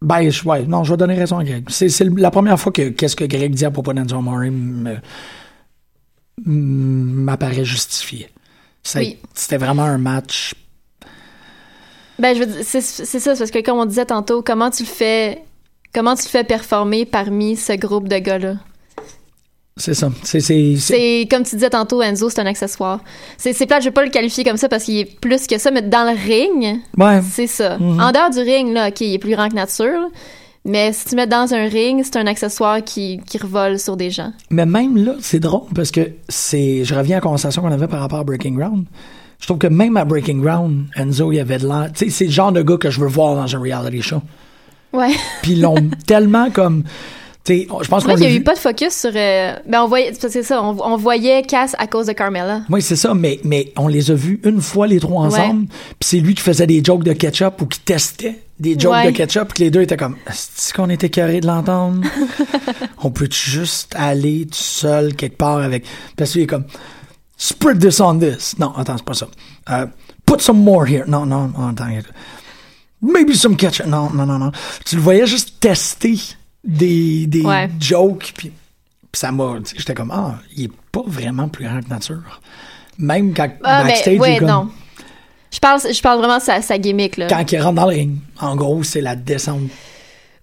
C: Ben, je- ouais, non, je vais donner raison à Greg. C'est c'est la première fois que qu'est-ce que Greg dit à propos d'Enzo Amore me- euh, m'apparaît justifié. Ça-
D: Oui.
C: C'était vraiment un match.
D: Ben, je veux dire, c'est c'est ça, c'est parce que comme on disait tantôt, comment tu le fais, comment tu le fais performer parmi ce groupe de gars-là?
C: C'est ça. C'est- C'est... c'est-
D: C'est comme tu disais tantôt, Enzo, c'est un accessoire. C'est c'est plate, je vais pas le qualifier comme ça parce qu'il est plus que ça, mais dans le ring,
C: Ouais.
D: c'est ça. En dehors du ring, là, ok, il est plus grand que nature, là, mais si tu le mets dans un ring, c'est un accessoire qui, qui revole sur des gens.
C: Mais même là, c'est drôle parce que c'est. Je reviens à la conversation qu'on avait par rapport à Breaking Ground. Je trouve que même à Breaking Ground, Enzo, il y avait de l'air. Tu sais, c'est le genre de gars que je veux voir dans un reality show.
D: Ouais.
C: Puis ils l'ont tellement comme. Tu sais, on- je pense
D: Moi,
C: qu'on
D: il y
C: l'a
D: a
C: vu.
D: eu pas de focus sur. euh, ben, on voyait, parce que c'est ça, on, on voyait Cass à cause de Carmella.
C: Oui, c'est ça, mais, mais on les a vus une fois les trois ensemble. Puis c'est lui qui faisait des jokes de ketchup ou qui testait des jokes
D: Ouais.
C: de ketchup. Puis que les deux étaient comme. Est-ce qu'on était carré de l'entendre? on peut juste aller tout seul quelque part avec. Parce qu'il est comme. Spread this on this. Non, attends, c'est pas ça. Euh, put some more here. Non, non, attends. Maybe some ketchup. Non, non, non, non. Tu le voyais juste tester des, des
D: Ouais.
C: jokes. Puis puis ça m'a. tu sais, J'étais comme, ah, il est pas vraiment plus grand que nature. Même quand
D: Ah,
C: backstage,
D: mais
C: il est
D: ouais,
C: comme-
D: non. Je parle, je parle vraiment de sa, sa gimmick, là.
C: quand il rentre dans le ring. En gros, c'est la descente.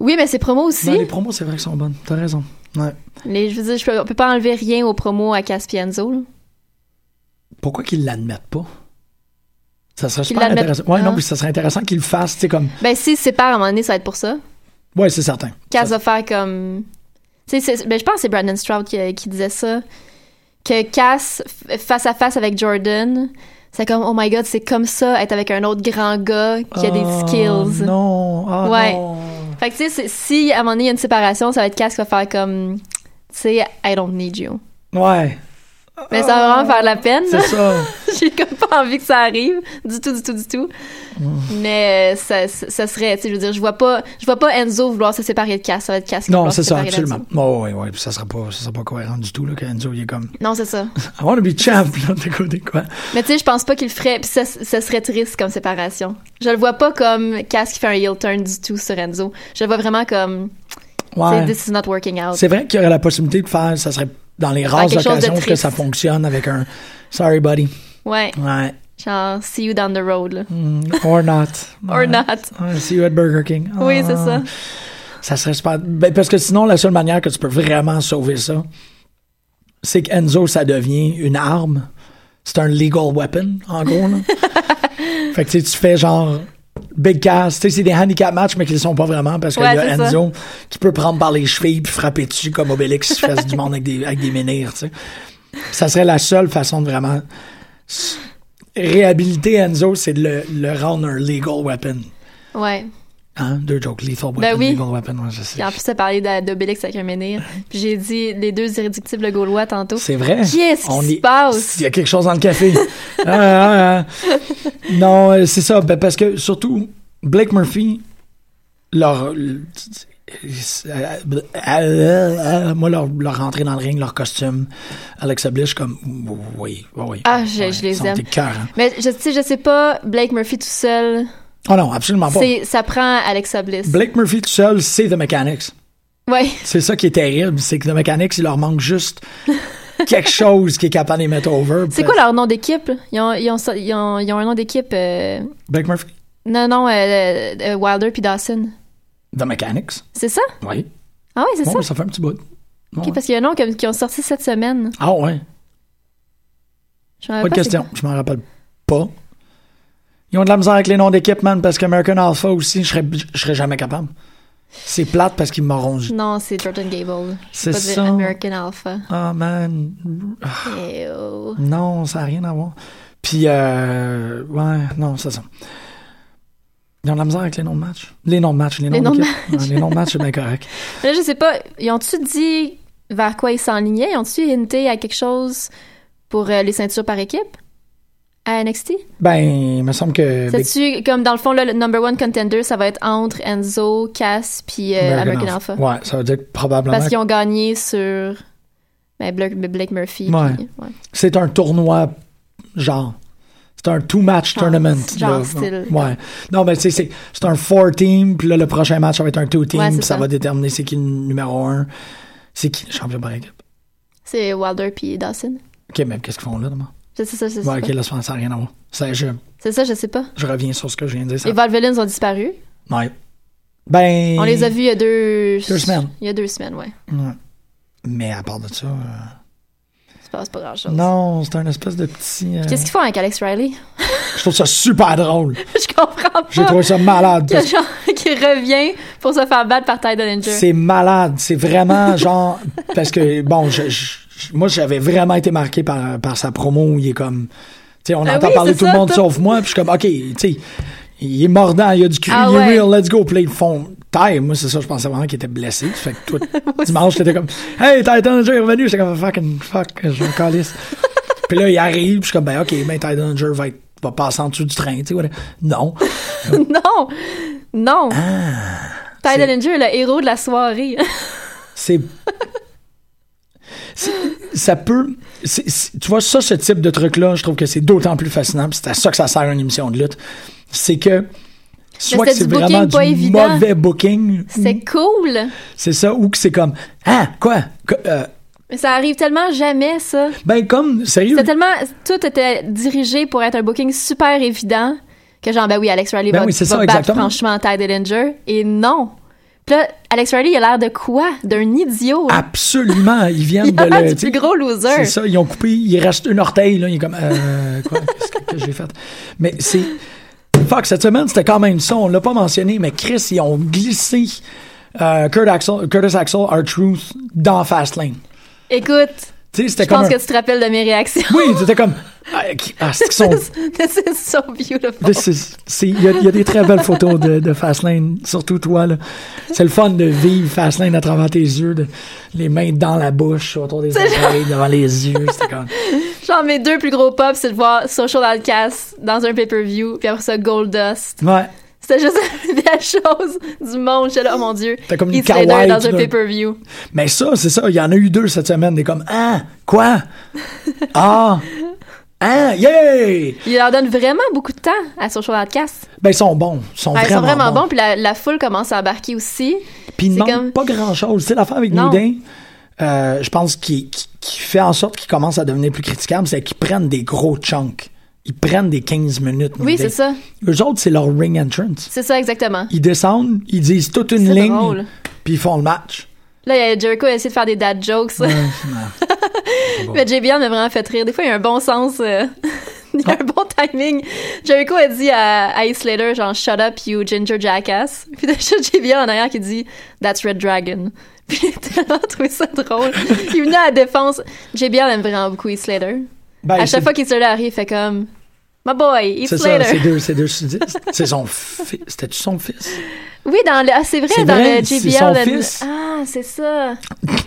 D: Oui, mais ses promos aussi.
C: Non, les promos, c'est vrai qu'elles sont bonnes. T'as raison. Ouais.
D: Les- je veux dire, je peux, on peut pas enlever rien aux promos à Caspienzo, là.
C: Pourquoi qu'ils l'admettent pas? Ça serait
D: Qu'ils
C: super
D: l'admettent-
C: intéressant. Ouais,
D: Ah.
C: non, puis ça serait intéressant qu'ils le fassent, tu sais, comme.
D: Ben, si c'est pas à un moment donné, ça va être pour ça.
C: Ouais, c'est certain.
D: Cass va faire comme. Tu sais, c'est- ben, je pense que c'est Brandon Stroud qui, qui disait ça. Que Cass, f- face à face avec Jordan, c'est comme, oh my god, c'est comme ça, être avec un autre grand gars qui a des
C: Ah,
D: skills.
C: Non, ah,
D: Ouais.
C: non.
D: Fait que, tu sais, c'est- si à un moment donné, il y a une séparation, ça va être Cass qui va faire comme, tu sais, I don't need you.
C: Ouais,
D: Mais ça va vraiment faire de la peine.
C: c'est Oh. ça.
D: J'ai comme pas envie que ça arrive du tout du tout du tout.
C: Mm.
D: Mais euh, ça, ça ça serait, tu sais, je veux dire, je vois pas je vois pas Enzo vouloir se séparer de Cass, ça va être Cass qui va
C: non,
D: vouloir
C: c'est
D: se
C: ça,
D: séparer d'Enzo.
C: absolument. Oh, ouais, ouais, puis ça sera pas, ça sera pas cohérent du tout, là, qu'Enzo, il est comme.
D: Non, c'est ça.
C: I wanna be champ, là, t'es côté quoi?
D: Mais tu sais, je pense pas qu'il le ferait, puis ça, ça serait triste comme séparation. Je le vois pas comme Cass qui fait un heel turn du tout sur Enzo. Je le vois vraiment comme, tu sais,
C: Ouais.
D: this is not working out.
C: C'est vrai qu'il y aurait la possibilité de faire, ça serait dans les rares
D: quelque chose de
C: occasions que
D: triste.
C: ça fonctionne avec un sorry buddy.
D: Ouais,
C: Ouais. Mm.
D: genre, see you down the road, là.
C: Or not.
D: Or not.
C: Ouais, see you at Burger King.
D: Oui,
C: Ah.
D: c'est ça.
C: Ça serait super. Ben, parce que sinon, la seule manière que tu peux vraiment sauver ça, c'est qu'Enzo, ça devient une arme. C'est un legal weapon, en gros. Là. fait que tu sais, tu fais genre big cast. Tu sais, c'est des handicap matchs, mais qu'ils ne sont pas vraiment parce qu'il
D: Ouais,
C: y a
D: c'est ça.
C: Enzo qui peut prendre par les chevilles puis frapper dessus comme Obélix qui fasse du monde avec des, avec des menhirs. tu sais. Ça serait la seule façon de vraiment. s- Réhabiliter Enzo, c'est de le, le rendre un legal weapon.
D: Ouais.
C: Hein? Deux jokes, lethal weapon,
D: Ben oui.
C: legal weapon, ouais, je sais.
D: Puis en plus, ça parlait de- d'Obélix avec un menhir. Puis j'ai dit les deux irréductibles gaulois tantôt.
C: C'est vrai.
D: Qu'est-ce qui
C: On
D: se
C: est-
D: passe?
C: Il y a quelque chose dans le café. Ah, ah, ah. Non, euh, c'est ça. ben, parce que surtout, Blake Murphy, leur. le- euh, euh, euh, Moi, leur, leur rentrée dans le ring, leur costume, Alexa Blish, comme. Oui, oui, oui.
D: Ah, je-
C: Ouais,
D: je les
C: ils sont
D: aime.
C: écœurants.
D: Mais je, tu sais, je sais pas, Blake Murphy tout seul,
C: Oh non, absolument pas.
D: c'est ça prend Alexa Bliss.
C: Blake Murphy tout seul, c'est The Mechanics.
D: Ouais,
C: C'est ça qui est terrible, c'est que The Mechanics, il leur manque juste quelque chose qui est capable de les mettre over.
D: c'est quoi leur nom d'équipe? là? Ils ont, ils, ont, ça- ils, ont, ils ont un nom d'équipe. euh,
C: Blake Murphy?
D: Non, non, euh, euh, Wilder puis Dawson.
C: The Mechanics.
D: C'est ça?
C: Oui.
D: Ah ouais, c'est
C: Bon,
D: ça.
C: ben, ça fait un petit bout.
D: Ok, parce qu'il y a un nom comme, qui ont sorti cette semaine.
C: Ah ouais,
D: Je me
C: pas
D: rappelle
C: de
D: c'est
C: question.
D: quoi.
C: Je m'en rappelle pas. Ils ont de la misère avec les noms d'équipe, man, parce qu'American Alpha aussi, je serais, je serais jamais capable. C'est plate parce qu'ils m'auront dit.
D: Non, c'est Jordan Gable.
C: C'est
D: Je peux pas dire
C: ça.
D: American Alpha.
C: Ah man,
D: Eh oh.
C: non, ça n'a rien à voir. Puis, euh, ouais, non, c'est ça. Ils ont de la misère avec les noms de match. Les noms de match, les noms
D: Les noms de
C: d'équipe. Ouais, Les noms de match, c'est bien correct.
D: Là, je sais pas, ils ont-tu dit vers quoi ils s'enlignaient? Ils ont-tu hinté à quelque chose pour euh, les ceintures par équipe? À NXT?
C: Ben, il me semble que.
D: C'est-tu, comme dans le fond, là, le number one contender, ça va être entre Enzo, Cass, puis euh, American, Alpha?
C: Ouais, ça veut dire que probablement.
D: Parce qu'ils ont gagné sur ben, Blake, Blake Murphy.
C: Ouais.
D: puis- ouais.
C: C'est un tournoi, genre. C'est un two-match
D: Genre,
C: tournament.
D: genre
C: là.
D: style.
C: Ouais. Non, mais tu sais, c'est c'est un four-team, puis là, le prochain match, ça va être un two-team,
D: Ouais, c'est
C: puis ça
D: ça.
C: va déterminer c'est qui le numéro un. C'est qui le champion par équipe.
D: C'est Wilder puis Dawson.
C: OK, mais qu'est-ce qu'ils font là, demain?
D: C'est c'est ça, c'est
C: Ouais, OK, Ah.
D: ça.
C: là, ça n'a rien à voir. Ça, je,
D: C'est ça, je sais pas.
C: je reviens sur ce que je viens de dire. ça-
D: Les Valvelines ont disparu.
C: Ouais. Ben...
D: On les a vus il y a deux...
C: Deux semaines.
D: Il y a deux semaines, ouais.
C: Mais à part de ça... euh,
D: Ça passe pas grand-chose.
C: Non, c'est un espèce de petit... euh,
D: Qu'est-ce qu'ils font avec Alex Riley?
C: Je trouve ça super drôle.
D: je comprends pas.
C: J'ai trouvé ça malade.
D: Il y a genre qui revient pour se faire battre par Ty Dillinger.
C: C'est malade. C'est vraiment genre. Parce que, bon, je, je- moi, j'avais vraiment été marqué par, par sa promo où il est comme. Tu sais, on
D: Ah
C: entend
D: oui,
C: parler
D: c'est
C: tout le
D: ça,
C: monde
D: toi.
C: sauf moi. Puis je suis comme, OK, tu sais, il est mordant, il a du cul,
D: Ah
C: il est
D: ouais.
C: real, let's go. Puis là, ils le font. Ty, moi, c'est ça, je pensais vraiment qu'il était blessé. Fait que toi, dimanche, t'étais comme, Hey, Ty Dillinger est revenu. J'étais comme, fucking fuck, je me calisse. Puis là, il arrive, puis je suis comme, ben, OK, ben, Ty Dillinger va être. Va passer en dessous du train, tu sais. whatever. Non.
D: Non! Non!
C: Ah!
D: Ty Dillinger est le héros de la soirée.
C: C'est. C'est- ça peut. c'est- c'est- tu vois, ça, ce type de truc-là, je trouve que c'est d'autant plus fascinant. puis C'est à ça que ça sert une émission de lutte. C'est que Soit
D: c'était
C: que c'est
D: du booking
C: vraiment
D: pas
C: du
D: évident.
C: mauvais booking.
D: C'est cool.
C: C'est ça, ou que c'est comme, ah, quoi? Qu- euh,
D: Mais ça arrive tellement jamais, ça.
C: ben, comme, sérieux.
D: C'était tellement. Tout était dirigé pour être un booking super évident que, genre, ben oui, Alex Riley
C: Ben
D: va,
C: oui, c'est
D: va
C: ça,
D: battre
C: exactement.
D: franchement Ty Dillinger. Et non. Puis là, Alex Riley, il a l'air de quoi D'un idiot.
C: Ah.
D: hein.
C: Absolument, ils viennent
D: il
C: de
D: a l'air
C: le.
D: du
C: tu sais,
D: plus gros loser.
C: C'est ça, ils ont coupé, il reste une orteil, là, il est comme, euh, quoi, qu'est-ce que, que j'ai fait? Mais c'est, fuck, cette semaine, c'était quand même ça, on l'a pas mentionné, mais Chris, ils ont glissé euh, Kurt Axel, Curtis Axel, R-Truth, dans Fastlane.
D: Écoute,
C: Tu sais, c'était
D: je
C: comme
D: pense
C: un-
D: que tu te rappelles de mes réactions.
C: Oui, c'était comme, ah, qui- ah, c'est qu'ils sont...
D: This this is so beautiful.
C: This is- c'est- Il y, a- il y a des très belles photos de, de Fastlane, surtout toi. là. C'est le fun de vivre Fastlane à travers tes yeux, de- les mains dans la bouche, autour des oreilles, devant les yeux. C'était comme...
D: Genre, mes deux plus gros pops, c'est de voir Social Outcast dans un pay-per-view, puis après ça, Goldust.
C: Ouais.
D: C'était juste la chose du monde. J'étais là, oh mon Dieu.
C: T'as comme une
D: Heath Slater
C: kawaii,
D: dans un
C: là.
D: pay-per-view.
C: Mais ça, c'est ça. Il y en a eu deux cette semaine. Des comme, ah, quoi? Ah, ah, yeah!
D: Il leur donne vraiment beaucoup de temps à Social Outcast.
C: Ben, ils sont bons. Ils sont,
D: Ah, ils
C: vraiment,
D: sont vraiment
C: bons.
D: bons, puis la, la foule commence à embarquer aussi.
C: Puis ils
D: C'est
C: demandent
D: comme-
C: pas grand-chose. Tu sais, l'affaire avec
D: Non.
C: Nudin, euh, je pense qu'il qu'il- qu'il fait en sorte qu'il commence à devenir plus critiquable, c'est qu'ils prennent des gros chunks. Ils prennent des 15 minutes.
D: Oui,
C: New Day.
D: c'est ça.
C: Eux autres, c'est leur ring entrance.
D: C'est ça, exactement.
C: Ils descendent, ils disent toute une
D: C'est
C: ligne,
D: drôle.
C: puis ils font le match.
D: Là, il y a Jericho a essayé de faire des dad jokes. Mais JBL m'a vraiment fait rire. Des fois, il y a un bon sens. euh, il
C: Ah.
D: y a un bon timing. Jericho a dit à, à Heath Slater, genre, Shut up, you ginger jackass. Puis là, juste JBL en arrière qui dit, That's Red Dragon. Puis j'ai tellement trouvé ça drôle. Il venait à la défense. JBL aime vraiment beaucoup Heath Slater.
C: Ben,
D: à
C: c'est-
D: chaque fois qu'Heath Slater arrive, il fait comme, My boy, Heath
C: C'est ça, c'est
D: Slater.
C: deux, c'est deux sudistes. C'est son fils. C'était-tu son fils?
D: Oui, dans le. Ah, c'est vrai,
C: C'est
D: dans
C: vrai,
D: le
C: c'est
D: JBL.
C: son
D: le-
C: fils.
D: Ah, c'est ça.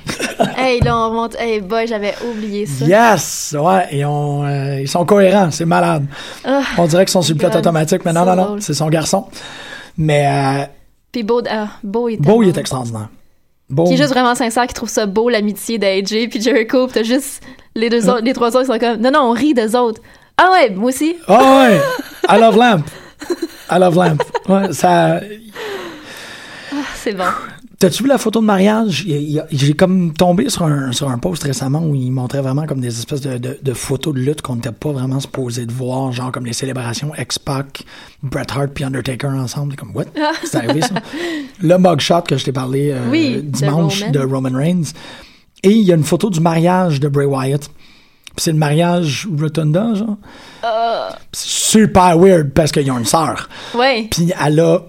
D: hey, là, on monte. Hey, boy, j'avais oublié ça.
C: Yes! Ouais, et on, euh, ils sont cohérents, c'est malade.
D: Ah,
C: On dirait qu'ils sont sur le pilote
D: God,
C: automatique, mais non,
D: c'est
C: non, non,
D: drôle.
C: c'est son garçon. Mais euh,
D: Puis Beau, ah, beau, il est
C: Beau, il
D: tellement-
C: est extraordinaire. Beau.
D: Qui est juste vraiment sincère, qui trouve ça beau, l'amitié d'AJ puis Jericho. Puis t'as juste les, deux autres, les trois autres qui sont comme. Non, non, on rit des autres. Ah ouais, moi aussi.
C: Ah ouais! I love Lamp! I love Lamp. Ouais, ça.
D: Ah, C'est bon.
C: T'as-tu vu la photo de mariage? Il y a- il y a- J'ai comme tombé sur un, sur un post récemment où il montrait vraiment comme des espèces de, de- de photos de lutte qu'on n'était pas vraiment supposé de voir, genre comme les célébrations X-Pac, Bret Hart puis Undertaker ensemble. Comme, what? C'est arrivé ça? Le mugshot que je t'ai parlé euh,
D: Oui, de
C: dimanche
D: Roman.
C: de Roman Reigns. Et il y a une photo du mariage de Bray Wyatt. Puis c'est le mariage Rotunda, genre.
D: Euh.
C: C'est super weird parce qu'ils ont une sœur.
D: Ouais.
C: Puis elle a.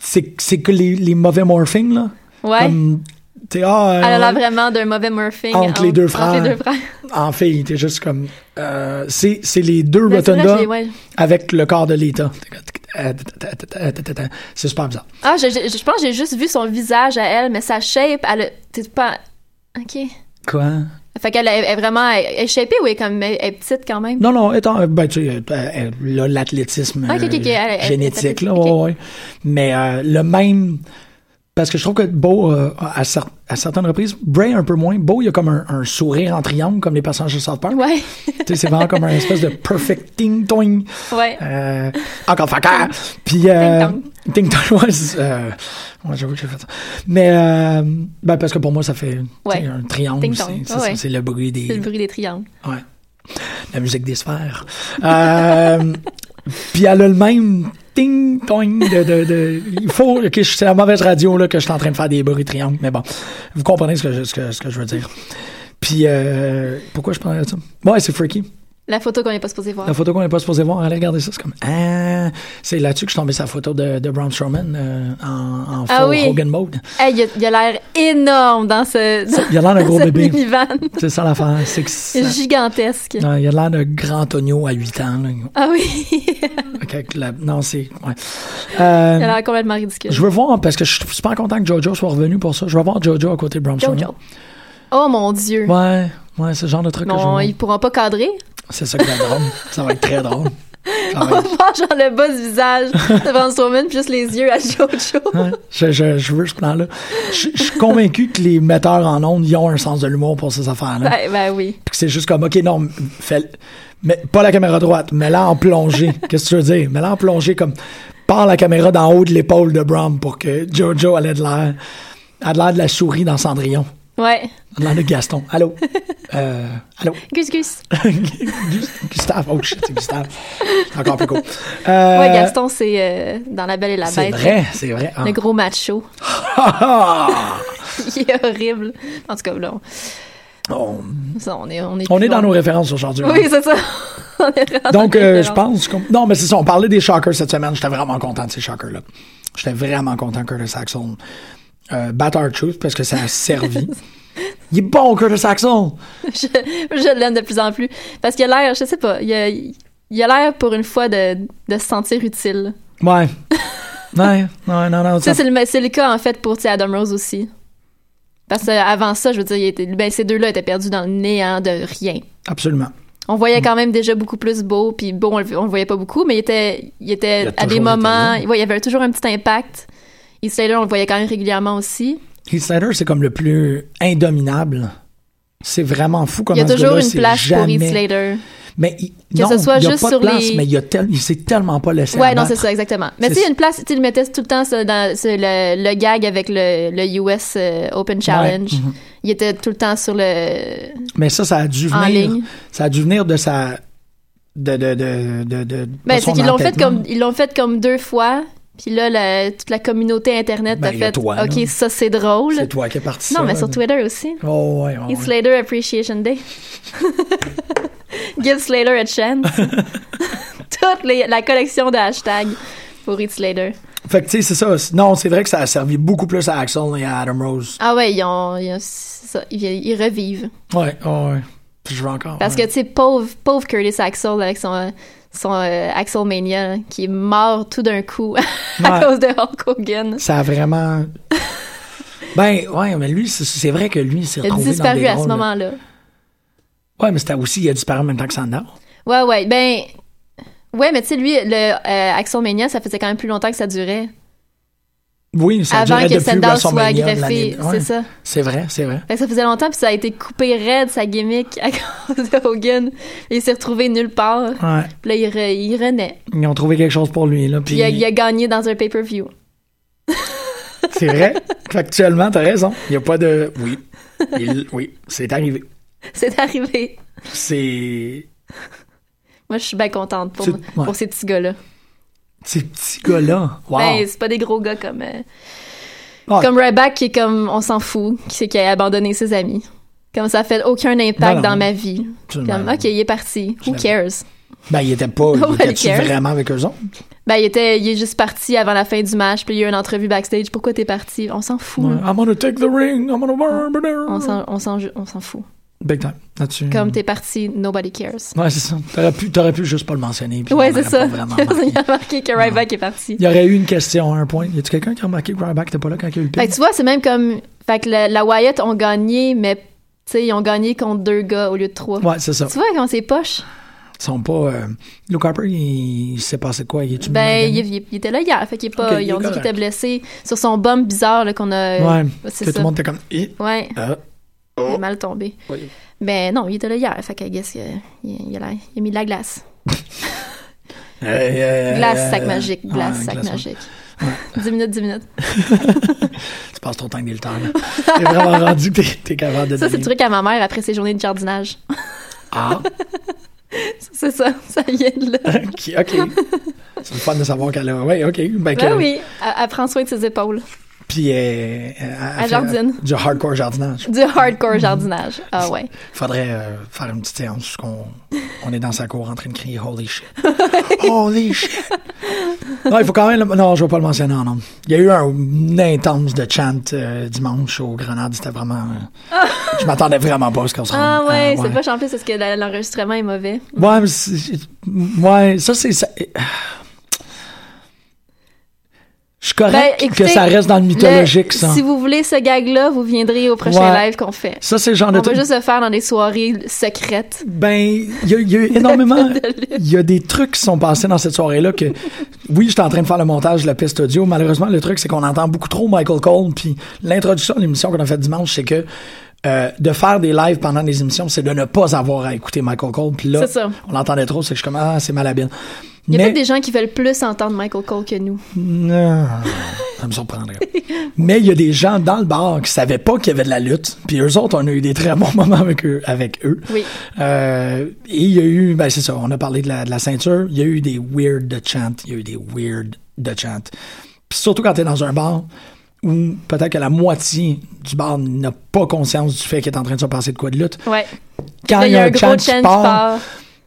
C: C'est c'est que les, les mauvais morphings, là.
D: Ouais.
C: Comme, t'es, ah,
D: Elle a
C: euh,
D: l'air vraiment d'un mauvais Murphy.
C: Entre les deux frères.
D: Entre les deux frères.
C: En fille, t'es juste comme. euh, c'est c'est les deux
D: Mais Ben, c'est vrai,
C: Rotunda
D: je l'ai- ouais.
C: avec le corps de l'État. C'est super bizarre.
D: Ah, je, je- je pense que j'ai juste vu son visage à elle, mais sa shape, elle. a- T'es pas. Ok.
C: Quoi?
D: Fait qu'elle est est vraiment. Elle elle est shapée ou elle est, comme, elle est petite quand même?
C: Non, non, étant, euh, ben, tu sais, euh, euh, là, l'athlétisme
D: Ok, ok, ok,
C: euh,
D: elle- elle-
C: génétique,
D: elle-
C: là,
D: ok.
C: ouais, ouais. Mais euh, le même. Parce que je trouve que Beau, euh, à, cer- à certaines reprises, Bray un peu moins. Beau, il a comme un, un sourire en triangle, comme les personnages de South Park.
D: Ouais.
C: Tu sais, c'est vraiment comme un espèce de perfect ting-toing.
D: ouais.
C: Euh, encore fucker! Puis, euh, Ting-tong, ouais, c'est- euh, ouais, j'avoue que j'ai fait ça. Mais, euh, ben, parce que pour moi, ça fait tu
D: Ouais.
C: sais, un triangle. C'est
D: Ting-tong,
C: c'est
D: ouais,
C: ça,
D: ouais.
C: c'est le bruit des.
D: C'est le bruit des triangles.
C: Ouais. La musique des sphères. Euh, puis elle a le même ting tong de, de, de- il faut que je- c'est la mauvaise radio là que je suis en train de faire des bruits triangles mais bon vous comprenez ce que je, ce que, ce que je veux dire puis euh, pourquoi je parlais de ça ouais c'est freaky
D: La photo qu'on n'est pas supposé voir.
C: la photo qu'on n'est pas supposé voir allez regarder ça c'est comme ah c'est là-dessus que je suis tombé sa photo de, de Braun Strowman euh, en, en
D: Ah
C: full
D: oui.
C: Hogan mode
D: Hey, il a- il a l'air énorme dans ce. Dans
C: il a l'air d'un gros
D: cette
C: bébé
D: minivan.
C: c'est ça l'affaire c'est que ça-
D: Gigantesque.
C: Non, il a l'air d'un grand oignon à 8 ans là.
D: Ah oui.
C: Avec la- Non, c'est. Ouais.
D: il a
C: Euh,
D: l'air complètement ridicule.
C: je veux voir, parce que je suis super content que Jojo soit revenu pour ça. Je veux voir Jojo à côté de Braun Strowman.
D: Jojo. Oh mon dieu.
C: Ouais, ouais, c'est le genre de truc que je veux
D: Non,
C: voir.
D: ils pourront pas cadrer.
C: C'est ça qui va être drôle. Ça va être très drôle. Ça
D: On
C: va
D: va
C: être-
D: voir genre le bas du visage de Braun Strowman, puis juste les yeux à Jojo.
C: Ouais, hein? je, je, je veux ce plan-là. Je, je suis convaincu que les metteurs en ondes, ils ont un sens de l'humour pour ces affaires-là.
D: Ben, ben oui.
C: Puis que c'est juste comme, OK, non, m- fais, mais pas la caméra droite, mais là en plongée. Qu'est-ce que tu veux dire? Mais là en plongée, comme, part la caméra d'en haut de l'épaule de Brom pour que Jojo allait de l'air. a de l'air de la souris dans Cendrillon.
D: Ouais.
C: a de l'air de Gaston. Allô? Euh, allô?
D: Gus Gus.
C: Gustave. Oh shit, c'est Gustave. C'est encore plus cool. Euh,
D: Ouais, Gaston, c'est euh, dans La Belle et la
C: C'est
D: Bête.
C: vrai, c'est vrai. Ah.
D: Le gros macho.
C: Ah,
D: Il est horrible. En tout cas, là,
C: ah. On,
D: on, ça, on est, on est,
C: on
D: plus
C: est dans nos
D: loin.
C: références aujourd'hui.
D: Oui, c'est ça. on est vraiment
C: Donc,
D: dans nos
C: euh, je pense.
D: références.
C: qu'on- Non, mais c'est ça. On parlait des Shockers cette semaine. J'étais vraiment content de ces Shockers-là. J'étais vraiment content que Curtis Axel euh, batte our truth parce que ça a servi. Il est bon, Curtis Axel!
D: Je, je l'aime de plus en plus. Parce qu'il a l'air, je sais pas, il a, il a l'air pour une fois de, de se sentir utile.
C: Ouais. ouais. Ouais, non, non. Ça,
D: Ça, c'est le, c'est le cas, en fait, pour tu sais, Adam Rose aussi. Parce que avant ça, je veux dire, il était- ben, ces deux-là étaient perdus dans le néant de rien.
C: absolument.
D: On
C: Mm.
D: voyait quand même déjà beaucoup plus beau, puis beau, on le, on le voyait pas beaucoup, mais il était, il était
C: Il a
D: à des
C: toujours été
D: moments,
C: là.
D: ouais, il y avait toujours un petit impact. Heath Slater, on le voyait quand même régulièrement aussi.
C: Heath Slater, c'est comme le plus indominable. C'est vraiment fou
D: Il
C: comment
D: y a
C: ce
D: toujours
C: gars-là,
D: une
C: c'est
D: place pour
C: jamais...
D: Heath Slater.
C: Mais il...
D: Que
C: non,
D: ce soit
C: il y a
D: juste
C: pas de
D: sur
C: place,
D: les-
C: mais il, y a tel- il s'est tellement pas laissé
D: Ouais, non, c'est
C: abattre.
D: ça, exactement. Mais
C: C'est
D: tu sais, il y
C: ça.
D: a une place, tu sais, il mettait tout le temps ça dans sur le, le gag avec le, le US euh, Open Challenge.
C: mhm.
D: Il était tout le ben, temps sur le.
C: Mais ça, ça a dû
D: En
C: venir.
D: ligne.
C: Ça a dû venir de sa. De, de, de, de, de- de
D: Ben,
C: son
D: c'est qu'ils l'ont fait
C: entêtement.
D: comme ils l'ont fait comme deux fois. Puis là, la- toute la communauté internet
C: Ben,
D: a
C: il y a
D: fait.
C: toi,
D: ok,
C: là.
D: ça c'est drôle.
C: C'est toi qui es parti.
D: non,
C: ça,
D: mais
C: là.
D: sur Twitter aussi.
C: Oh, ouais, ouais,
D: Heath
C: ouais.
D: Slater Appreciation Day. Give Slater a chance. Toute les- la collection de hashtags pour Heath Slater.
C: Fait que, tu sais, c'est ça. C'est- Non, c'est vrai que ça a servi beaucoup plus à Axel et à Adam Rose.
D: Ah ouais, ils ont, ils ont- c'est ça, ils- ils revivent.
C: Ouais, oh, ouais. Puis je veux encore.
D: Parce que, tu sais, pauvre, pauvre Curtis Axel avec son, euh, son euh, Axel Mania, là, qui est mort tout d'un coup à
C: Ouais.
D: cause de Hulk Hogan.
C: Ça a vraiment. ben, ouais, mais lui, c'est- c'est vrai que lui, il s'est
D: Il a
C: retrouvé. dans
D: disparu
C: des
D: à ce
C: rôles, là.
D: moment-là.
C: Ouais, mais c'était aussi, il a disparu en même temps que Sandor.
D: Ouais, ouais, ben... Ouais, mais tu sais, lui, le euh, Axel Mania, ça faisait quand même plus longtemps que ça durait.
C: Oui, ça
D: avant
C: durait
D: que
C: depuis
D: Sandow soit
C: WrestleMania de
D: greffé,
C: l'année- ouais.
D: c'est ça.
C: C'est vrai, c'est vrai.
D: Fait que ça faisait longtemps, puis ça a été coupé raide, sa gimmick, à cause de Hogan. Et il s'est retrouvé nulle part.
C: Ouais.
D: Puis là, il, re- il renaît.
C: Ils ont trouvé quelque chose pour lui, là.
D: Puis
C: Puis
D: il a, il a gagné dans un pay-per-view.
C: C'est vrai. Factuellement, t'as raison. Il n'y a pas de. Oui. Il- Oui, c'est arrivé.
D: C'est arrivé.
C: C'est.
D: Moi, je suis bien contente pour,
C: C'est- ouais.
D: pour ces petits gars-là.
C: Ces petits gars-là. Wow.
D: Ben, c'est pas des gros gars comme, euh,
C: Ah,
D: comme Ryback qui est comme on s'en fout, qui c'est qui a abandonné ses amis. Comme ça fait aucun impact
C: Non, non.
D: dans ma vie.
C: absolument.
D: Comme, ok, il est parti. Who
C: l'avais.
D: cares?
C: Ben, il était pas.
D: Nobody
C: Il était
D: cares.
C: vraiment avec eux autres?
D: Ben, il était, il est juste parti avant la fin du match, puis il y a eu une entrevue backstage. Pourquoi t'es parti? On s'en fout.
C: Ouais.
D: là.
C: I'm gonna take the ring. I'm gonna
D: On s'en, on s'en, ju- on s'en fout.
C: Big time. Là-dessus.
D: Comme t'es parti, nobody cares.
C: Ouais, c'est ça. T'aurais pu, t'aurais pu juste pas le mentionner. puis
D: Ouais,
C: on
D: c'est
C: aurait
D: ça.
C: pas vraiment remarqué.
D: Il a remarqué que Ryback est parti.
C: Il y aurait eu une question, un point. Y a-tu quelqu'un qui a remarqué que Ryback était pas là quand il y a eu le
D: Fait
C: pin?
D: que tu vois, c'est même comme. Fait que la, la Wyatt ont gagné, mais tu sais, ils ont gagné contre deux gars au lieu de trois.
C: Ouais, c'est ça.
D: Tu vois, quand c'est poche,
C: Ils sont pas. euh, Luke Harper, il, il s'est passé quoi? Il est
D: ben, il, il- il était là hier. Fait qu'il est pas.
C: Ok, il
D: ils
C: est
D: ont dit qu'il
C: correct.
D: était blessé sur son bum bizarre là, qu'on a.
C: Ouais.
D: c'est
C: Que tout
D: ça.
C: le monde était comme. Eh,
D: Ouais,
C: ah.
D: il est mal tombé. Mais non, il était là hier. Fait que, I guess, que, il, il a, l'air- il a mis de la glace.
C: Hey, hey, hey,
D: Glace,
C: hey,
D: sac
C: hey.
D: magique.
C: Euh, Ouais,
D: Glace, sac
C: glace, ouais.
D: magique. 10 minutes, 10 minutes.
C: Tu passes ton temps avec des lutteurs, là. T'es vraiment rendu que t'es- t'es capable de
D: Ça, c'est le
C: donner-
D: truc à ma mère après ses journées de jardinage.
C: Ah,
D: c'est ça, ça vient de là.
C: ok, ok. C'est le fun de savoir qu'elle a... Ouais, ok. Ben,
D: Ben
C: que-
D: oui, elle, elle prend soin de ses épaules.
C: Puis, euh, elle- elle fait
D: jardine.
C: Du hardcore jardinage.
D: Du hardcore jardinage. Ah ouais.
C: Faudrait euh, faire une petite séance où qu'on- on est dans sa cour en train de crier « Holy shit! Holy shit! » Non, il faut quand même... le- Non, je vais pas le mentionner en nombre. Il y a eu un, une intense de chant euh, dimanche aux Grenades. C'était vraiment... euh, je m'attendais vraiment pas à ce qu'on se rende.
D: Ah ouais,
C: Ah,
D: c'est pas champion, c'est parce que la- l'enregistrement est mauvais.
C: Ouais, mais c'est- ouais, ça c'est. ça- eh, Je suis correct
D: Ben, écoutez,
C: que ça reste dans le mythologique,
D: le-
C: ça.
D: Si vous voulez ce gag-là, vous viendrez au prochain
C: Ouais.
D: live qu'on fait.
C: Ça, c'est le genre de
D: On va
C: truc.
D: juste le faire dans des soirées secrètes.
C: Ben, il y, a- il y a eu énormément. Il y a des trucs qui sont passés dans cette soirée-là que. Oui, j'étais en train de faire le montage de la piste audio. Malheureusement, le truc, c'est qu'on entend beaucoup trop Michael Cole. Puis l'introduction de l'émission qu'on a faite dimanche, c'est que. euh, de faire des lives pendant des émissions, c'est de ne pas avoir à écouter Michael Cole. Puis là,
D: C'est ça.
C: on l'entendait trop, c'est que je suis comme, ah, c'est malhabile.
D: Il y a
C: Mais-
D: peut-être des gens qui veulent plus entendre Michael Cole que nous.
C: Non, ça me surprendrait. Ah. Mais il y a des gens dans le bar qui savaient pas qu'il y avait de la lutte. Puis eux autres, on a eu des très bons moments avec eux. Avec eux.
D: Oui.
C: Euh, et il y a eu, ben c'est ça, on a parlé de la, de la ceinture. Il y a eu des weird de chant. Il y a eu des weird de chant. Puis surtout quand t'es dans un bar où peut-être que la moitié du bar n'a pas conscience du fait qu'il est en train de se passer de quoi de lutte.
D: Ouais.
C: Quand
D: Là,
C: il y a un, chant
D: gros
C: qui
D: chant
C: part,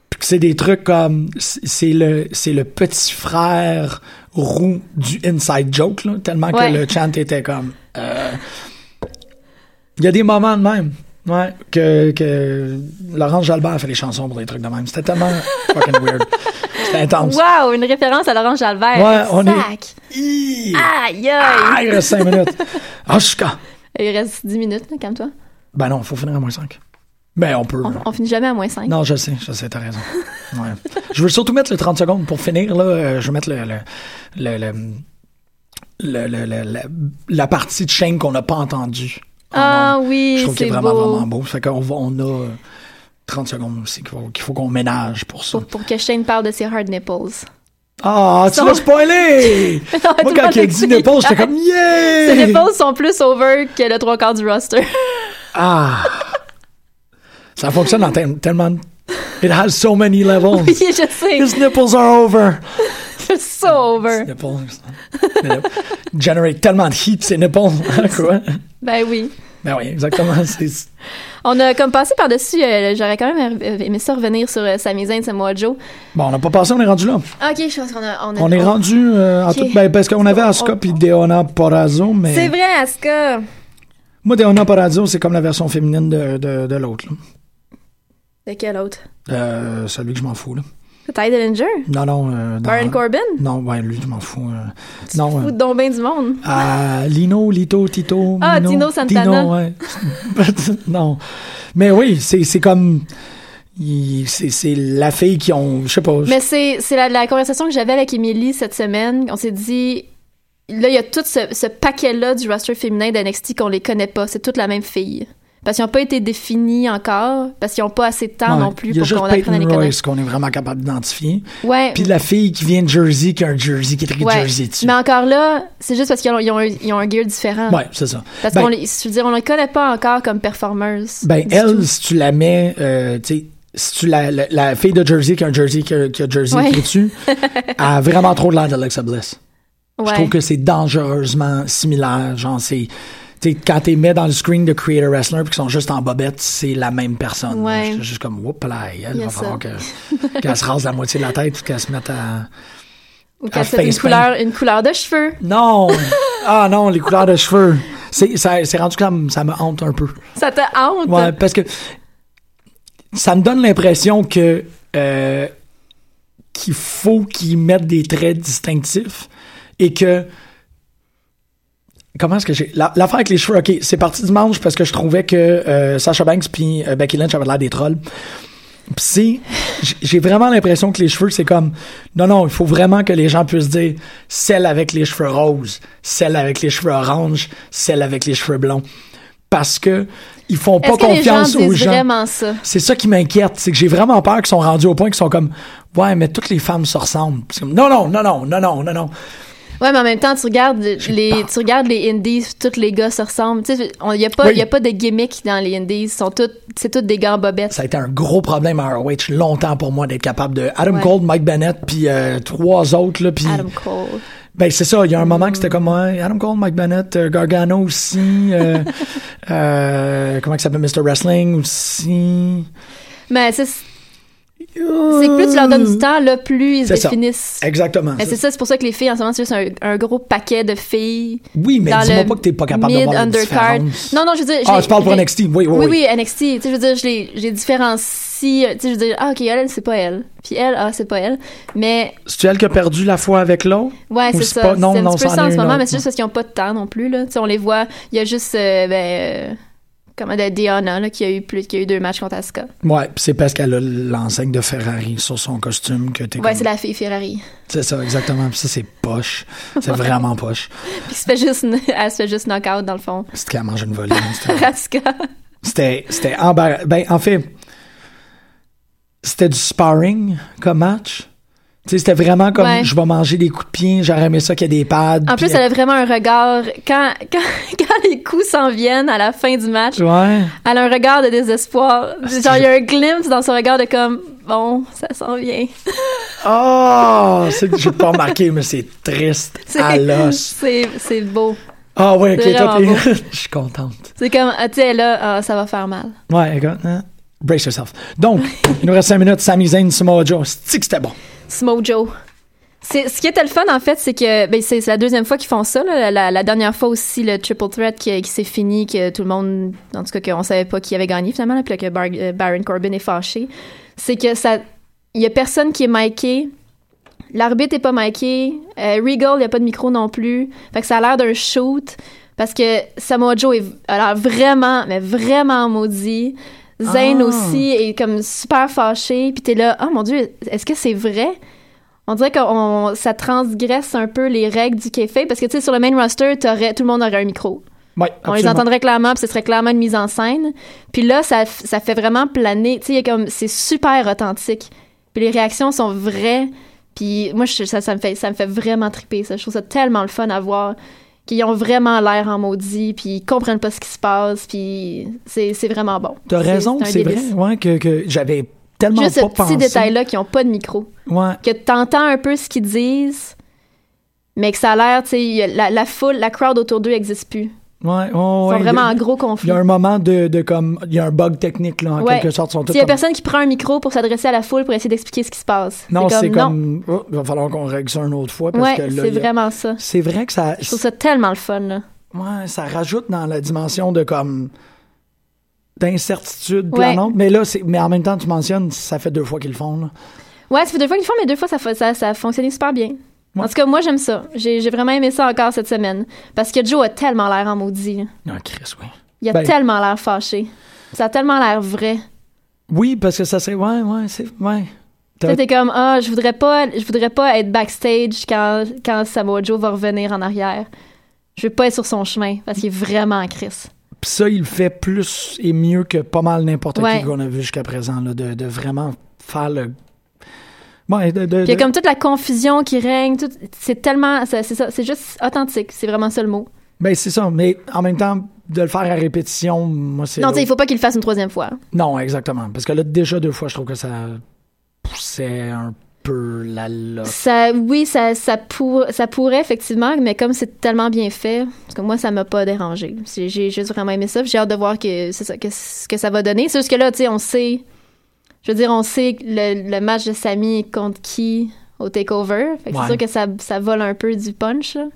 C: puis que c'est des trucs comme c- c'est le c'est le petit frère roux du inside joke là, tellement
D: Ouais.
C: que le chant était comme euh, il y a des moments de même ouais que que Laurence Jalbert a fait des chansons pour des trucs de même c'était tellement fucking weird c'était intense
D: Wow, une référence à Laurent Jalbert.
C: Ouais, on est-
D: Sac.
C: Hi!
D: Aïe,
C: Ah,
D: aïe.
C: il reste 5 minutes ah je suis quand
D: Il reste 10 minutes, là, calme-toi.
C: ben non faut finir à moins 5 mais on peut
D: On, on finit jamais à moins 5.
C: Non, je sais, je sais, t'as raison. Ouais. je veux surtout mettre le 30 secondes pour finir, là. euh, Je vais mettre le, le, le- le- le- le- le- la, la partie de chaîne qu'on n'a pas entendue. en
D: Ah
C: ondes.
D: oui,
C: Je trouve qu'il est
D: c'est
C: vraiment,
D: beau.
C: vraiment beau. Fait qu'on va- on a euh, 30 secondes aussi qu'il faut qu'il faut qu'on ménage pour ça.
D: Pour, pour que Shane parle de ses hard nipples.
C: Ah, tu
D: Son-
C: vas spoiler!
D: Non, tout
C: Moi,
D: le
C: quand
D: monde
C: il a
D: le
C: dit
D: sait.
C: Nipples, j'étais comme
D: Ses
C: Yeah!
D: nipples sont plus over que le trois quarts du roster.
C: Ah! Ça fonctionne dans tel- tellement. It has so many levels.
D: Oui, je sais.
C: His nipples are over!
D: so over.
C: Ses nipples. Ses nipples. Generate tellement de heat, ses nipples. hein, Quoi?
D: Ben oui.
C: Ben oui, exactement. C'est
D: On a comme passé par-dessus, euh, j'aurais quand même euh, aimé ça revenir sur euh, Sami Zayn, Samoa Joe.
C: Bon, on n'a pas passé, on est rendu là.
D: Ok, je pense qu'on a... On, a-
C: On est
D: on-
C: rendu euh, en
D: Ok.
C: tout- ben, parce qu'on avait Asuka
D: On-
C: puis Deonna Porazzo,
D: C'est
C: mais
D: vrai, Asuka.
C: moi, Deonna Porazzo, c'est comme la version féminine de, de, de l'autre. là.
D: De quel autre?
C: Euh, celui que je m'en fous. Là.
D: Ty Dillinger?
C: Non, non. euh, dans-
D: Baron Corbin?
C: Non, ouais, lui, je m'en fous. euh, non,
D: Ou
C: euh,
D: Don Ben du monde?
C: ah, Lino, Lito, Tito.
D: Ah,
C: Mino,
D: Tino Santana.
C: Tino, ouais. non. Mais oui, c'est c'est comme. il- C'est c'est la fille qui ont. Je sais pas.
D: Mais c'est c'est la, la conversation que j'avais avec Émilie cette semaine. On s'est dit, là, il y a tout ce, ce paquet-là du roster féminin d'NXT qu'on les connaît pas. C'est toute la même fille. Parce qu'ils n'ont pas été définis encore, parce qu'ils n'ont pas assez de temps
C: Ouais.
D: non plus
C: Il y a
D: pour
C: juste
D: qu'on apprenne à les
C: Peyton
D: connaître.
C: Royce qu'on est vraiment capable d'identifier.
D: Ouais.
C: Puis la fille qui vient de Jersey, qui a un jersey qui est écrit
D: ouais.
C: Jersey dessus.
D: Mais encore là, c'est juste parce qu'ils ont, ils ont, un- ils ont un gear différent.
C: Ouais, c'est ça.
D: Parce
C: Ben-
D: qu'on les, je veux dire, on les connaît pas encore comme performeuses.
C: Ben,
D: du
C: elle,
D: tout.
C: si tu la mets, euh, tu sais, si tu la, la, la fille de Jersey qui a un jersey qui a, qui a Jersey
D: Ouais.
C: écrit dessus, elle a vraiment trop de l'air d'Alexa Bliss.
D: ouais.
C: Je trouve que c'est dangereusement similaire. Genre, c'est. Tu sais, quand t'es mis dans le screen de Creator Wrestler puis qu'ils sont juste en bobette, c'est la même personne.
D: Ouais.
C: J'étais juste comme, whoop là, elle,
D: Il y a
C: va falloir
D: ça.
C: que- qu'elle se rase la moitié de la tête puis qu'elle se mette à.
D: Ou
C: à
D: qu'elle fait une
C: face
D: couleur, une couleur de cheveux.
C: Non! ah non, les couleurs de cheveux. C'est ça- c'est rendu comme ça me hante un peu.
D: Ça te hante.
C: Ouais, parce que ça me donne l'impression que euh, qu'il faut qu'ils mettent des traits distinctifs et que comment est-ce que j'ai la- l'affaire avec les cheveux ok c'est parti dimanche parce que je trouvais que euh, Sasha Banks puis euh, Becky Lynch avaient l'air des trolls puis c'est j- j'ai vraiment l'impression que les cheveux c'est comme non non il faut vraiment que les gens puissent dire celle avec les cheveux roses celle avec les cheveux oranges celle avec les cheveux blonds parce que ils font pas
D: Est-ce que les gens
C: confiance
D: disent
C: aux gens
D: vraiment ça?
C: c'est ça qui m'inquiète, c'est que j'ai vraiment peur qu'ils sont rendus au point qu'ils sont comme ouais, mais toutes les femmes se ressemblent. C'est comme, non non non non non non non non.
D: Ouais, mais en même temps, tu regardes les, tu regardes les indies, tous les gars se ressemblent. Tu sais, il y a pas,
C: Oui.
D: y a pas de gimmick dans les indies. Ils sont tous, c'est tous des gars en bobette.
C: Ça a été un gros problème à ROH longtemps pour moi d'être capable de Adam
D: Ouais.
C: Cole, Mike Bennett puis euh, trois autres là puis
D: Adam Mm. Cole.
C: ben c'est ça, il y a un moment que c'était comme ouais, Adam Cole, Mike Bennett, euh, Gargano aussi euh, euh, comment que ça s'appelle Mr Wrestling aussi.
D: Mais c'est, c'est que plus tu leur donnes du temps, là, plus ils se
C: Euh, C'est ça.
D: définissent.
C: Exactement.
D: Mais c'est ça, c'est pour ça que les filles, en ce moment, c'est juste un, un gros paquet de filles.
C: Oui, mais
D: dans
C: dis-moi
D: le
C: pas que t'es pas capable de
D: mid,
C: voir la
D: undercard.
C: différence.
D: Non, non, je veux dire. je
C: Ah,
D: les-
C: tu parles pour
D: je les-
C: NXT, oui, oui,
D: Oui,
C: oui.
D: oui, NXT. Tu sais, je veux dire, je les, je les différencie. Tu sais, je veux dire, ah, OK, elle, elle, c'est pas elle. Puis elle, ah, c'est pas elle. Mais
C: C'est elle qui a perdu la foi avec l'autre.
D: Ouais,
C: Ou
D: c'est
C: c'est
D: ça.
C: pas- non,
D: c'est un
C: non,
D: petit peu
C: c'en
D: ça
C: est
D: en ce
C: une
D: moment,
C: autre,
D: mais c'est juste parce qu'ils n'ont pas de temps non plus. Là. Tu sais, On les voit. Il y a juste euh, ben, euh, comment, de Deanna là, qui, a eu plus, qui a eu deux matchs contre Asuka.
C: Ouais, pis c'est parce qu'elle a l'enseigne de Ferrari sur son costume que t'es
D: Ouais,
C: comme-
D: c'est la fille Ferrari.
C: C'est ça, exactement. Puis ça, c'est poche. C'est vraiment poche.
D: Puis qui se fait juste, elle se fait juste knock-out dans le fond.
C: C'était qu'elle mange une volée. hein, c'était-
D: Asuka.
C: C'était, c'était embarrassant. Ben, en fait, c'était du sparring comme match. Tu sais, c'était vraiment comme
D: Ouais.
C: je vais manger des coups de pied, j'aurais aimé ça qu'il y ait des pads.
D: En plus,
C: puis-
D: elle a vraiment un regard. Quand, quand, quand les coups s'en viennent à la fin du match,
C: Ouais.
D: elle a un regard de désespoir. Genre, il y a un glimpse dans son regard de comme, bon, ça s'en vient.
C: Oh, c'est que j'ai pas remarqué, mais c'est triste. À
D: C'est-
C: l'os.
D: C'est c'est beau.
C: Ah ouais, ok,
D: C'est
C: toi,
D: vraiment
C: t'es- je suis contente.
D: C'est comme, ah, tu sais, là, ah, ça va faire mal.
C: Ouais, écoute, hein. brace yourself. Donc, il nous reste 5 minutes, Sami Zayn, Samoa Joe. cest que c'était bon?
D: Smojo. C'est, ce qui était le fun, en fait, c'est que ben, c'est, c'est la deuxième fois qu'ils font ça. là. La, la dernière fois aussi, le triple threat qui, qui s'est fini, que tout le monde, en tout cas, qu'on savait pas qui avait gagné finalement, là, puis là, que Bar- euh, Baron Corbin est fâché. C'est que ça. Il y a personne qui est miqué. L'arbitre est pas miqué. Euh, Regal, il n'y a pas de micro non plus. Fait que ça a l'air d'un shoot. Parce que Samoa Joe est, a l'air vraiment, mais vraiment maudit. Zayn
C: Ah.
D: aussi est comme super fâché. Puis t'es là, oh mon Dieu, est-ce que c'est vrai? On dirait que ça transgresse un peu les règles du café parce que tu sais sur le main roster, t'aurais- tout le monde aurait un micro.
C: Ouais,
D: On les
C: absolument.
D: entendrait clairement, puis ce serait clairement une mise en scène. Puis là, ça, f- ça fait vraiment planer. Tu sais, il y a comme c'est super authentique. Puis les réactions sont vraies. Puis moi, je- ça, ça me fait, ça me fait vraiment triper. Ça, je trouve ça tellement le fun à voir. Qu'ils ont vraiment l'air en maudit, puis ils comprennent pas ce qui se passe, puis c'est c'est vraiment bon.
C: T'as raison,
D: un
C: c'est vrai.
D: délice.
C: Ouais, que, que j'avais tellement
D: Juste ce
C: pas
D: petit
C: pensé.
D: détail-là qui ont pas de micro
C: Ouais.
D: que t'entends un peu ce qu'ils disent, mais que ça a l'air, tu sais, y a la, la foule, la crowd autour d'eux n'existe plus.
C: Ouais, ouais,
D: Ils sont
C: ouais, il y a-
D: vraiment en gros
C: Il
D: conflit.
C: y a un moment de, de comme. Il y a un bug technique, là, en
D: Ouais.
C: quelque sorte. Ils sont tous
D: S'il y a
C: comme-
D: personne qui prend un micro pour s'adresser à la foule pour essayer d'expliquer ce qui se passe.
C: Non, c'est
D: non.
C: comme. oh, il va falloir qu'on règle ça une autre fois. Parce
D: Ouais,
C: que là,
D: c'est
C: il y a-
D: vraiment ça.
C: C'est vrai que ça,
D: Je trouve ça tellement le fun, là.
C: ouais, ça rajoute dans la dimension de comme d'incertitude
D: Ouais.
C: planante. Mais là, c'est, mais en même temps, tu mentionnes, ça fait deux fois qu'ils le font. Là.
D: Ouais, ça fait deux fois qu'ils le font, mais deux fois, ça, fa- ça, ça a fonctionné super bien. En tout cas, moi, j'aime ça. J'ai j'ai vraiment aimé ça encore cette semaine. Parce que Joe a tellement l'air en maudit. là.
C: Non, Chris, oui.
D: Il a
C: Ben-
D: tellement l'air fâché. Ça a tellement l'air vrai.
C: Oui, parce que ça serait, ouais, ouais, c'est, ouais.
D: Tu
C: T'as-
D: sais, t'es comme, ah, je voudrais pas, je voudrais pas être backstage quand, quand Samoa Joe va revenir en arrière. Je veux pas être sur son chemin parce qu'il est vraiment en crise.
C: Puis ça, il le fait plus et mieux que pas mal n'importe
D: Ouais.
C: qui qu'on a vu jusqu'à présent, là, de, de vraiment faire le. Ouais, de, de-
D: Puis il y a
C: de-
D: comme toute la confusion qui règne, tout- c'est tellement, ça- c'est ça, c'est juste authentique, c'est vraiment ça le mot.
C: Ben, c'est ça, mais en même temps, de le faire à répétition, moi, c'est.
D: Non, tu sais, il faut pas qu'il le fasse une troisième fois.
C: Non, exactement. Parce que là, déjà deux fois, je trouve que ça poussait un peu la loque.
D: Ça, oui, ça, ça, pour- ça pourrait effectivement, mais comme c'est tellement bien fait, parce que moi, ça m'a pas dérangé. J'ai j'ai juste vraiment aimé ça. puis J'ai hâte de voir que c'est ça, que, ce que ça va donner. C'est juste que là, tu sais, on sait, je veux dire, on sait que le, le match de Samy est contre qui au takeover. Fait que
C: Ouais.
D: C'est sûr que ça, ça vole un peu du punch, là,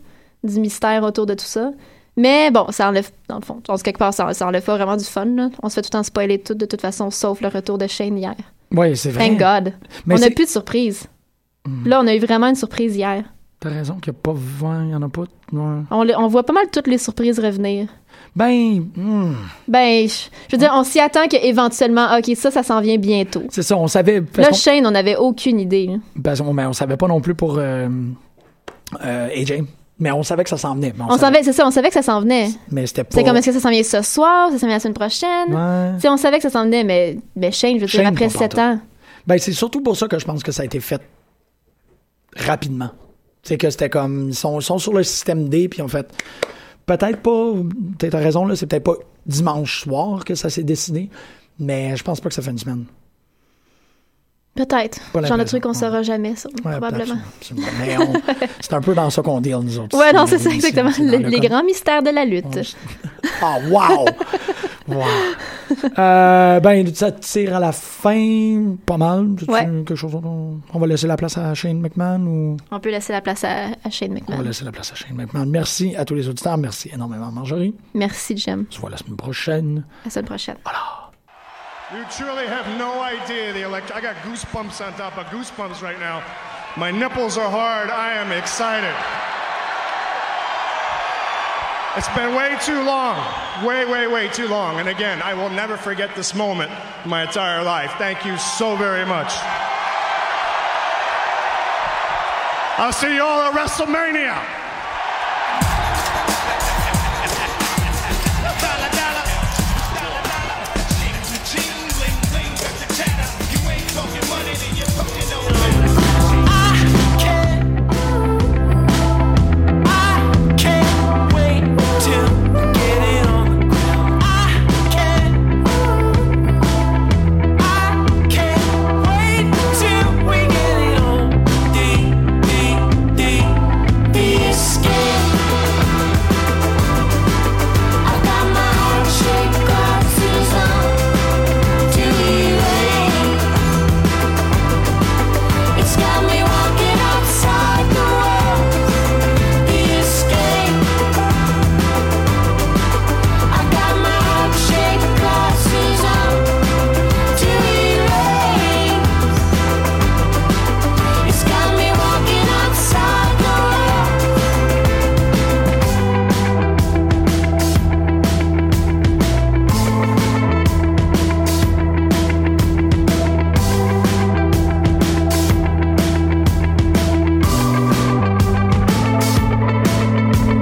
D: du mystère autour de tout ça. Mais bon, ça enlève, dans le fond, en quelque part, ça, ça enlève pas vraiment du fun. là. On se fait tout le temps spoiler tout de toute façon, sauf le retour de Shane hier.
C: Oui, c'est vrai.
D: Thank God.
C: Mais
D: on n'a
C: c'est- Hmm.
D: plus de surprise. Là, on a eu vraiment une surprise hier.
C: T'as raison qu'il n'y a pas 20, il n'y en a pas. ouais.
D: On, le- on voit pas mal toutes les surprises revenir.
C: Ben, hmm,
D: Ben, je, je veux dire, on s'y attend qu'éventuellement, OK, ça, ça s'en vient bientôt.
C: c'est ça, on savait. parce
D: Là,
C: qu'on-
D: Shane, on n'avait aucune idée. là.
C: parce qu'on- mais on savait pas non plus pour euh, euh, AJ. Mais on savait que ça s'en venait. mais
D: On, savait, c'est ça, on savait que ça s'en venait.
C: Mais c'était pas.
D: C'est comme, est-ce que ça s'en vient ce soir, ça s'en vient la semaine prochaine?
C: Ouais.
D: Tu sais, on savait que ça s'en venait, mais, mais Shane, je veux
C: Shane,
D: dire, après
C: pas
D: 7
C: pantoute.
D: ans.
C: Ben, c'est surtout pour ça que je pense que ça a été fait rapidement. C'est que c'était comme. Ils sont, ils sont sur le système D, puis en fait. Peut-être pas. t'as- T'as raison, là. C'est peut-être pas dimanche soir que ça s'est décidé, mais je pense pas que ça fait une semaine. Pas
D: Peut-être. Genre de
C: l'impression,
D: truc qu'on
C: ouais.
D: saura jamais, ça,
C: Ouais,
D: probablement.
C: absolument, absolument. Mais on- c'est un peu dans ça qu'on deal, nous autres.
D: Ouais, non,
C: ici,
D: c'est ça,
C: ici,
D: exactement.
C: c'est dans
D: Le-
C: le
D: les
C: com-
D: grands mystères de la lutte.
C: Ah, wow! wow. Euh, ben, ça tire à la fin, pas mal. T'as-tu
D: Ouais.
C: Quelque chose d'autre? on va laisser la place à Shane McMahon ou.
D: On peut laisser la place à, à Shane
C: On
D: McMahon.
C: va laisser la place à Shane McMahon. Merci à tous les auditeurs. Merci énormément, Marjorie.
D: Merci, Jem.
C: On se voit la semaine prochaine.
D: À la semaine prochaine.
E: You truly have no idea the electric. I got goosebumps on top of goosebumps right now. My nipples are hard. I am excited. It's been way too long. Way, way, way too long. And again, I will never forget this moment in my entire life. Thank you so very much. I'll see you all at WrestleMania.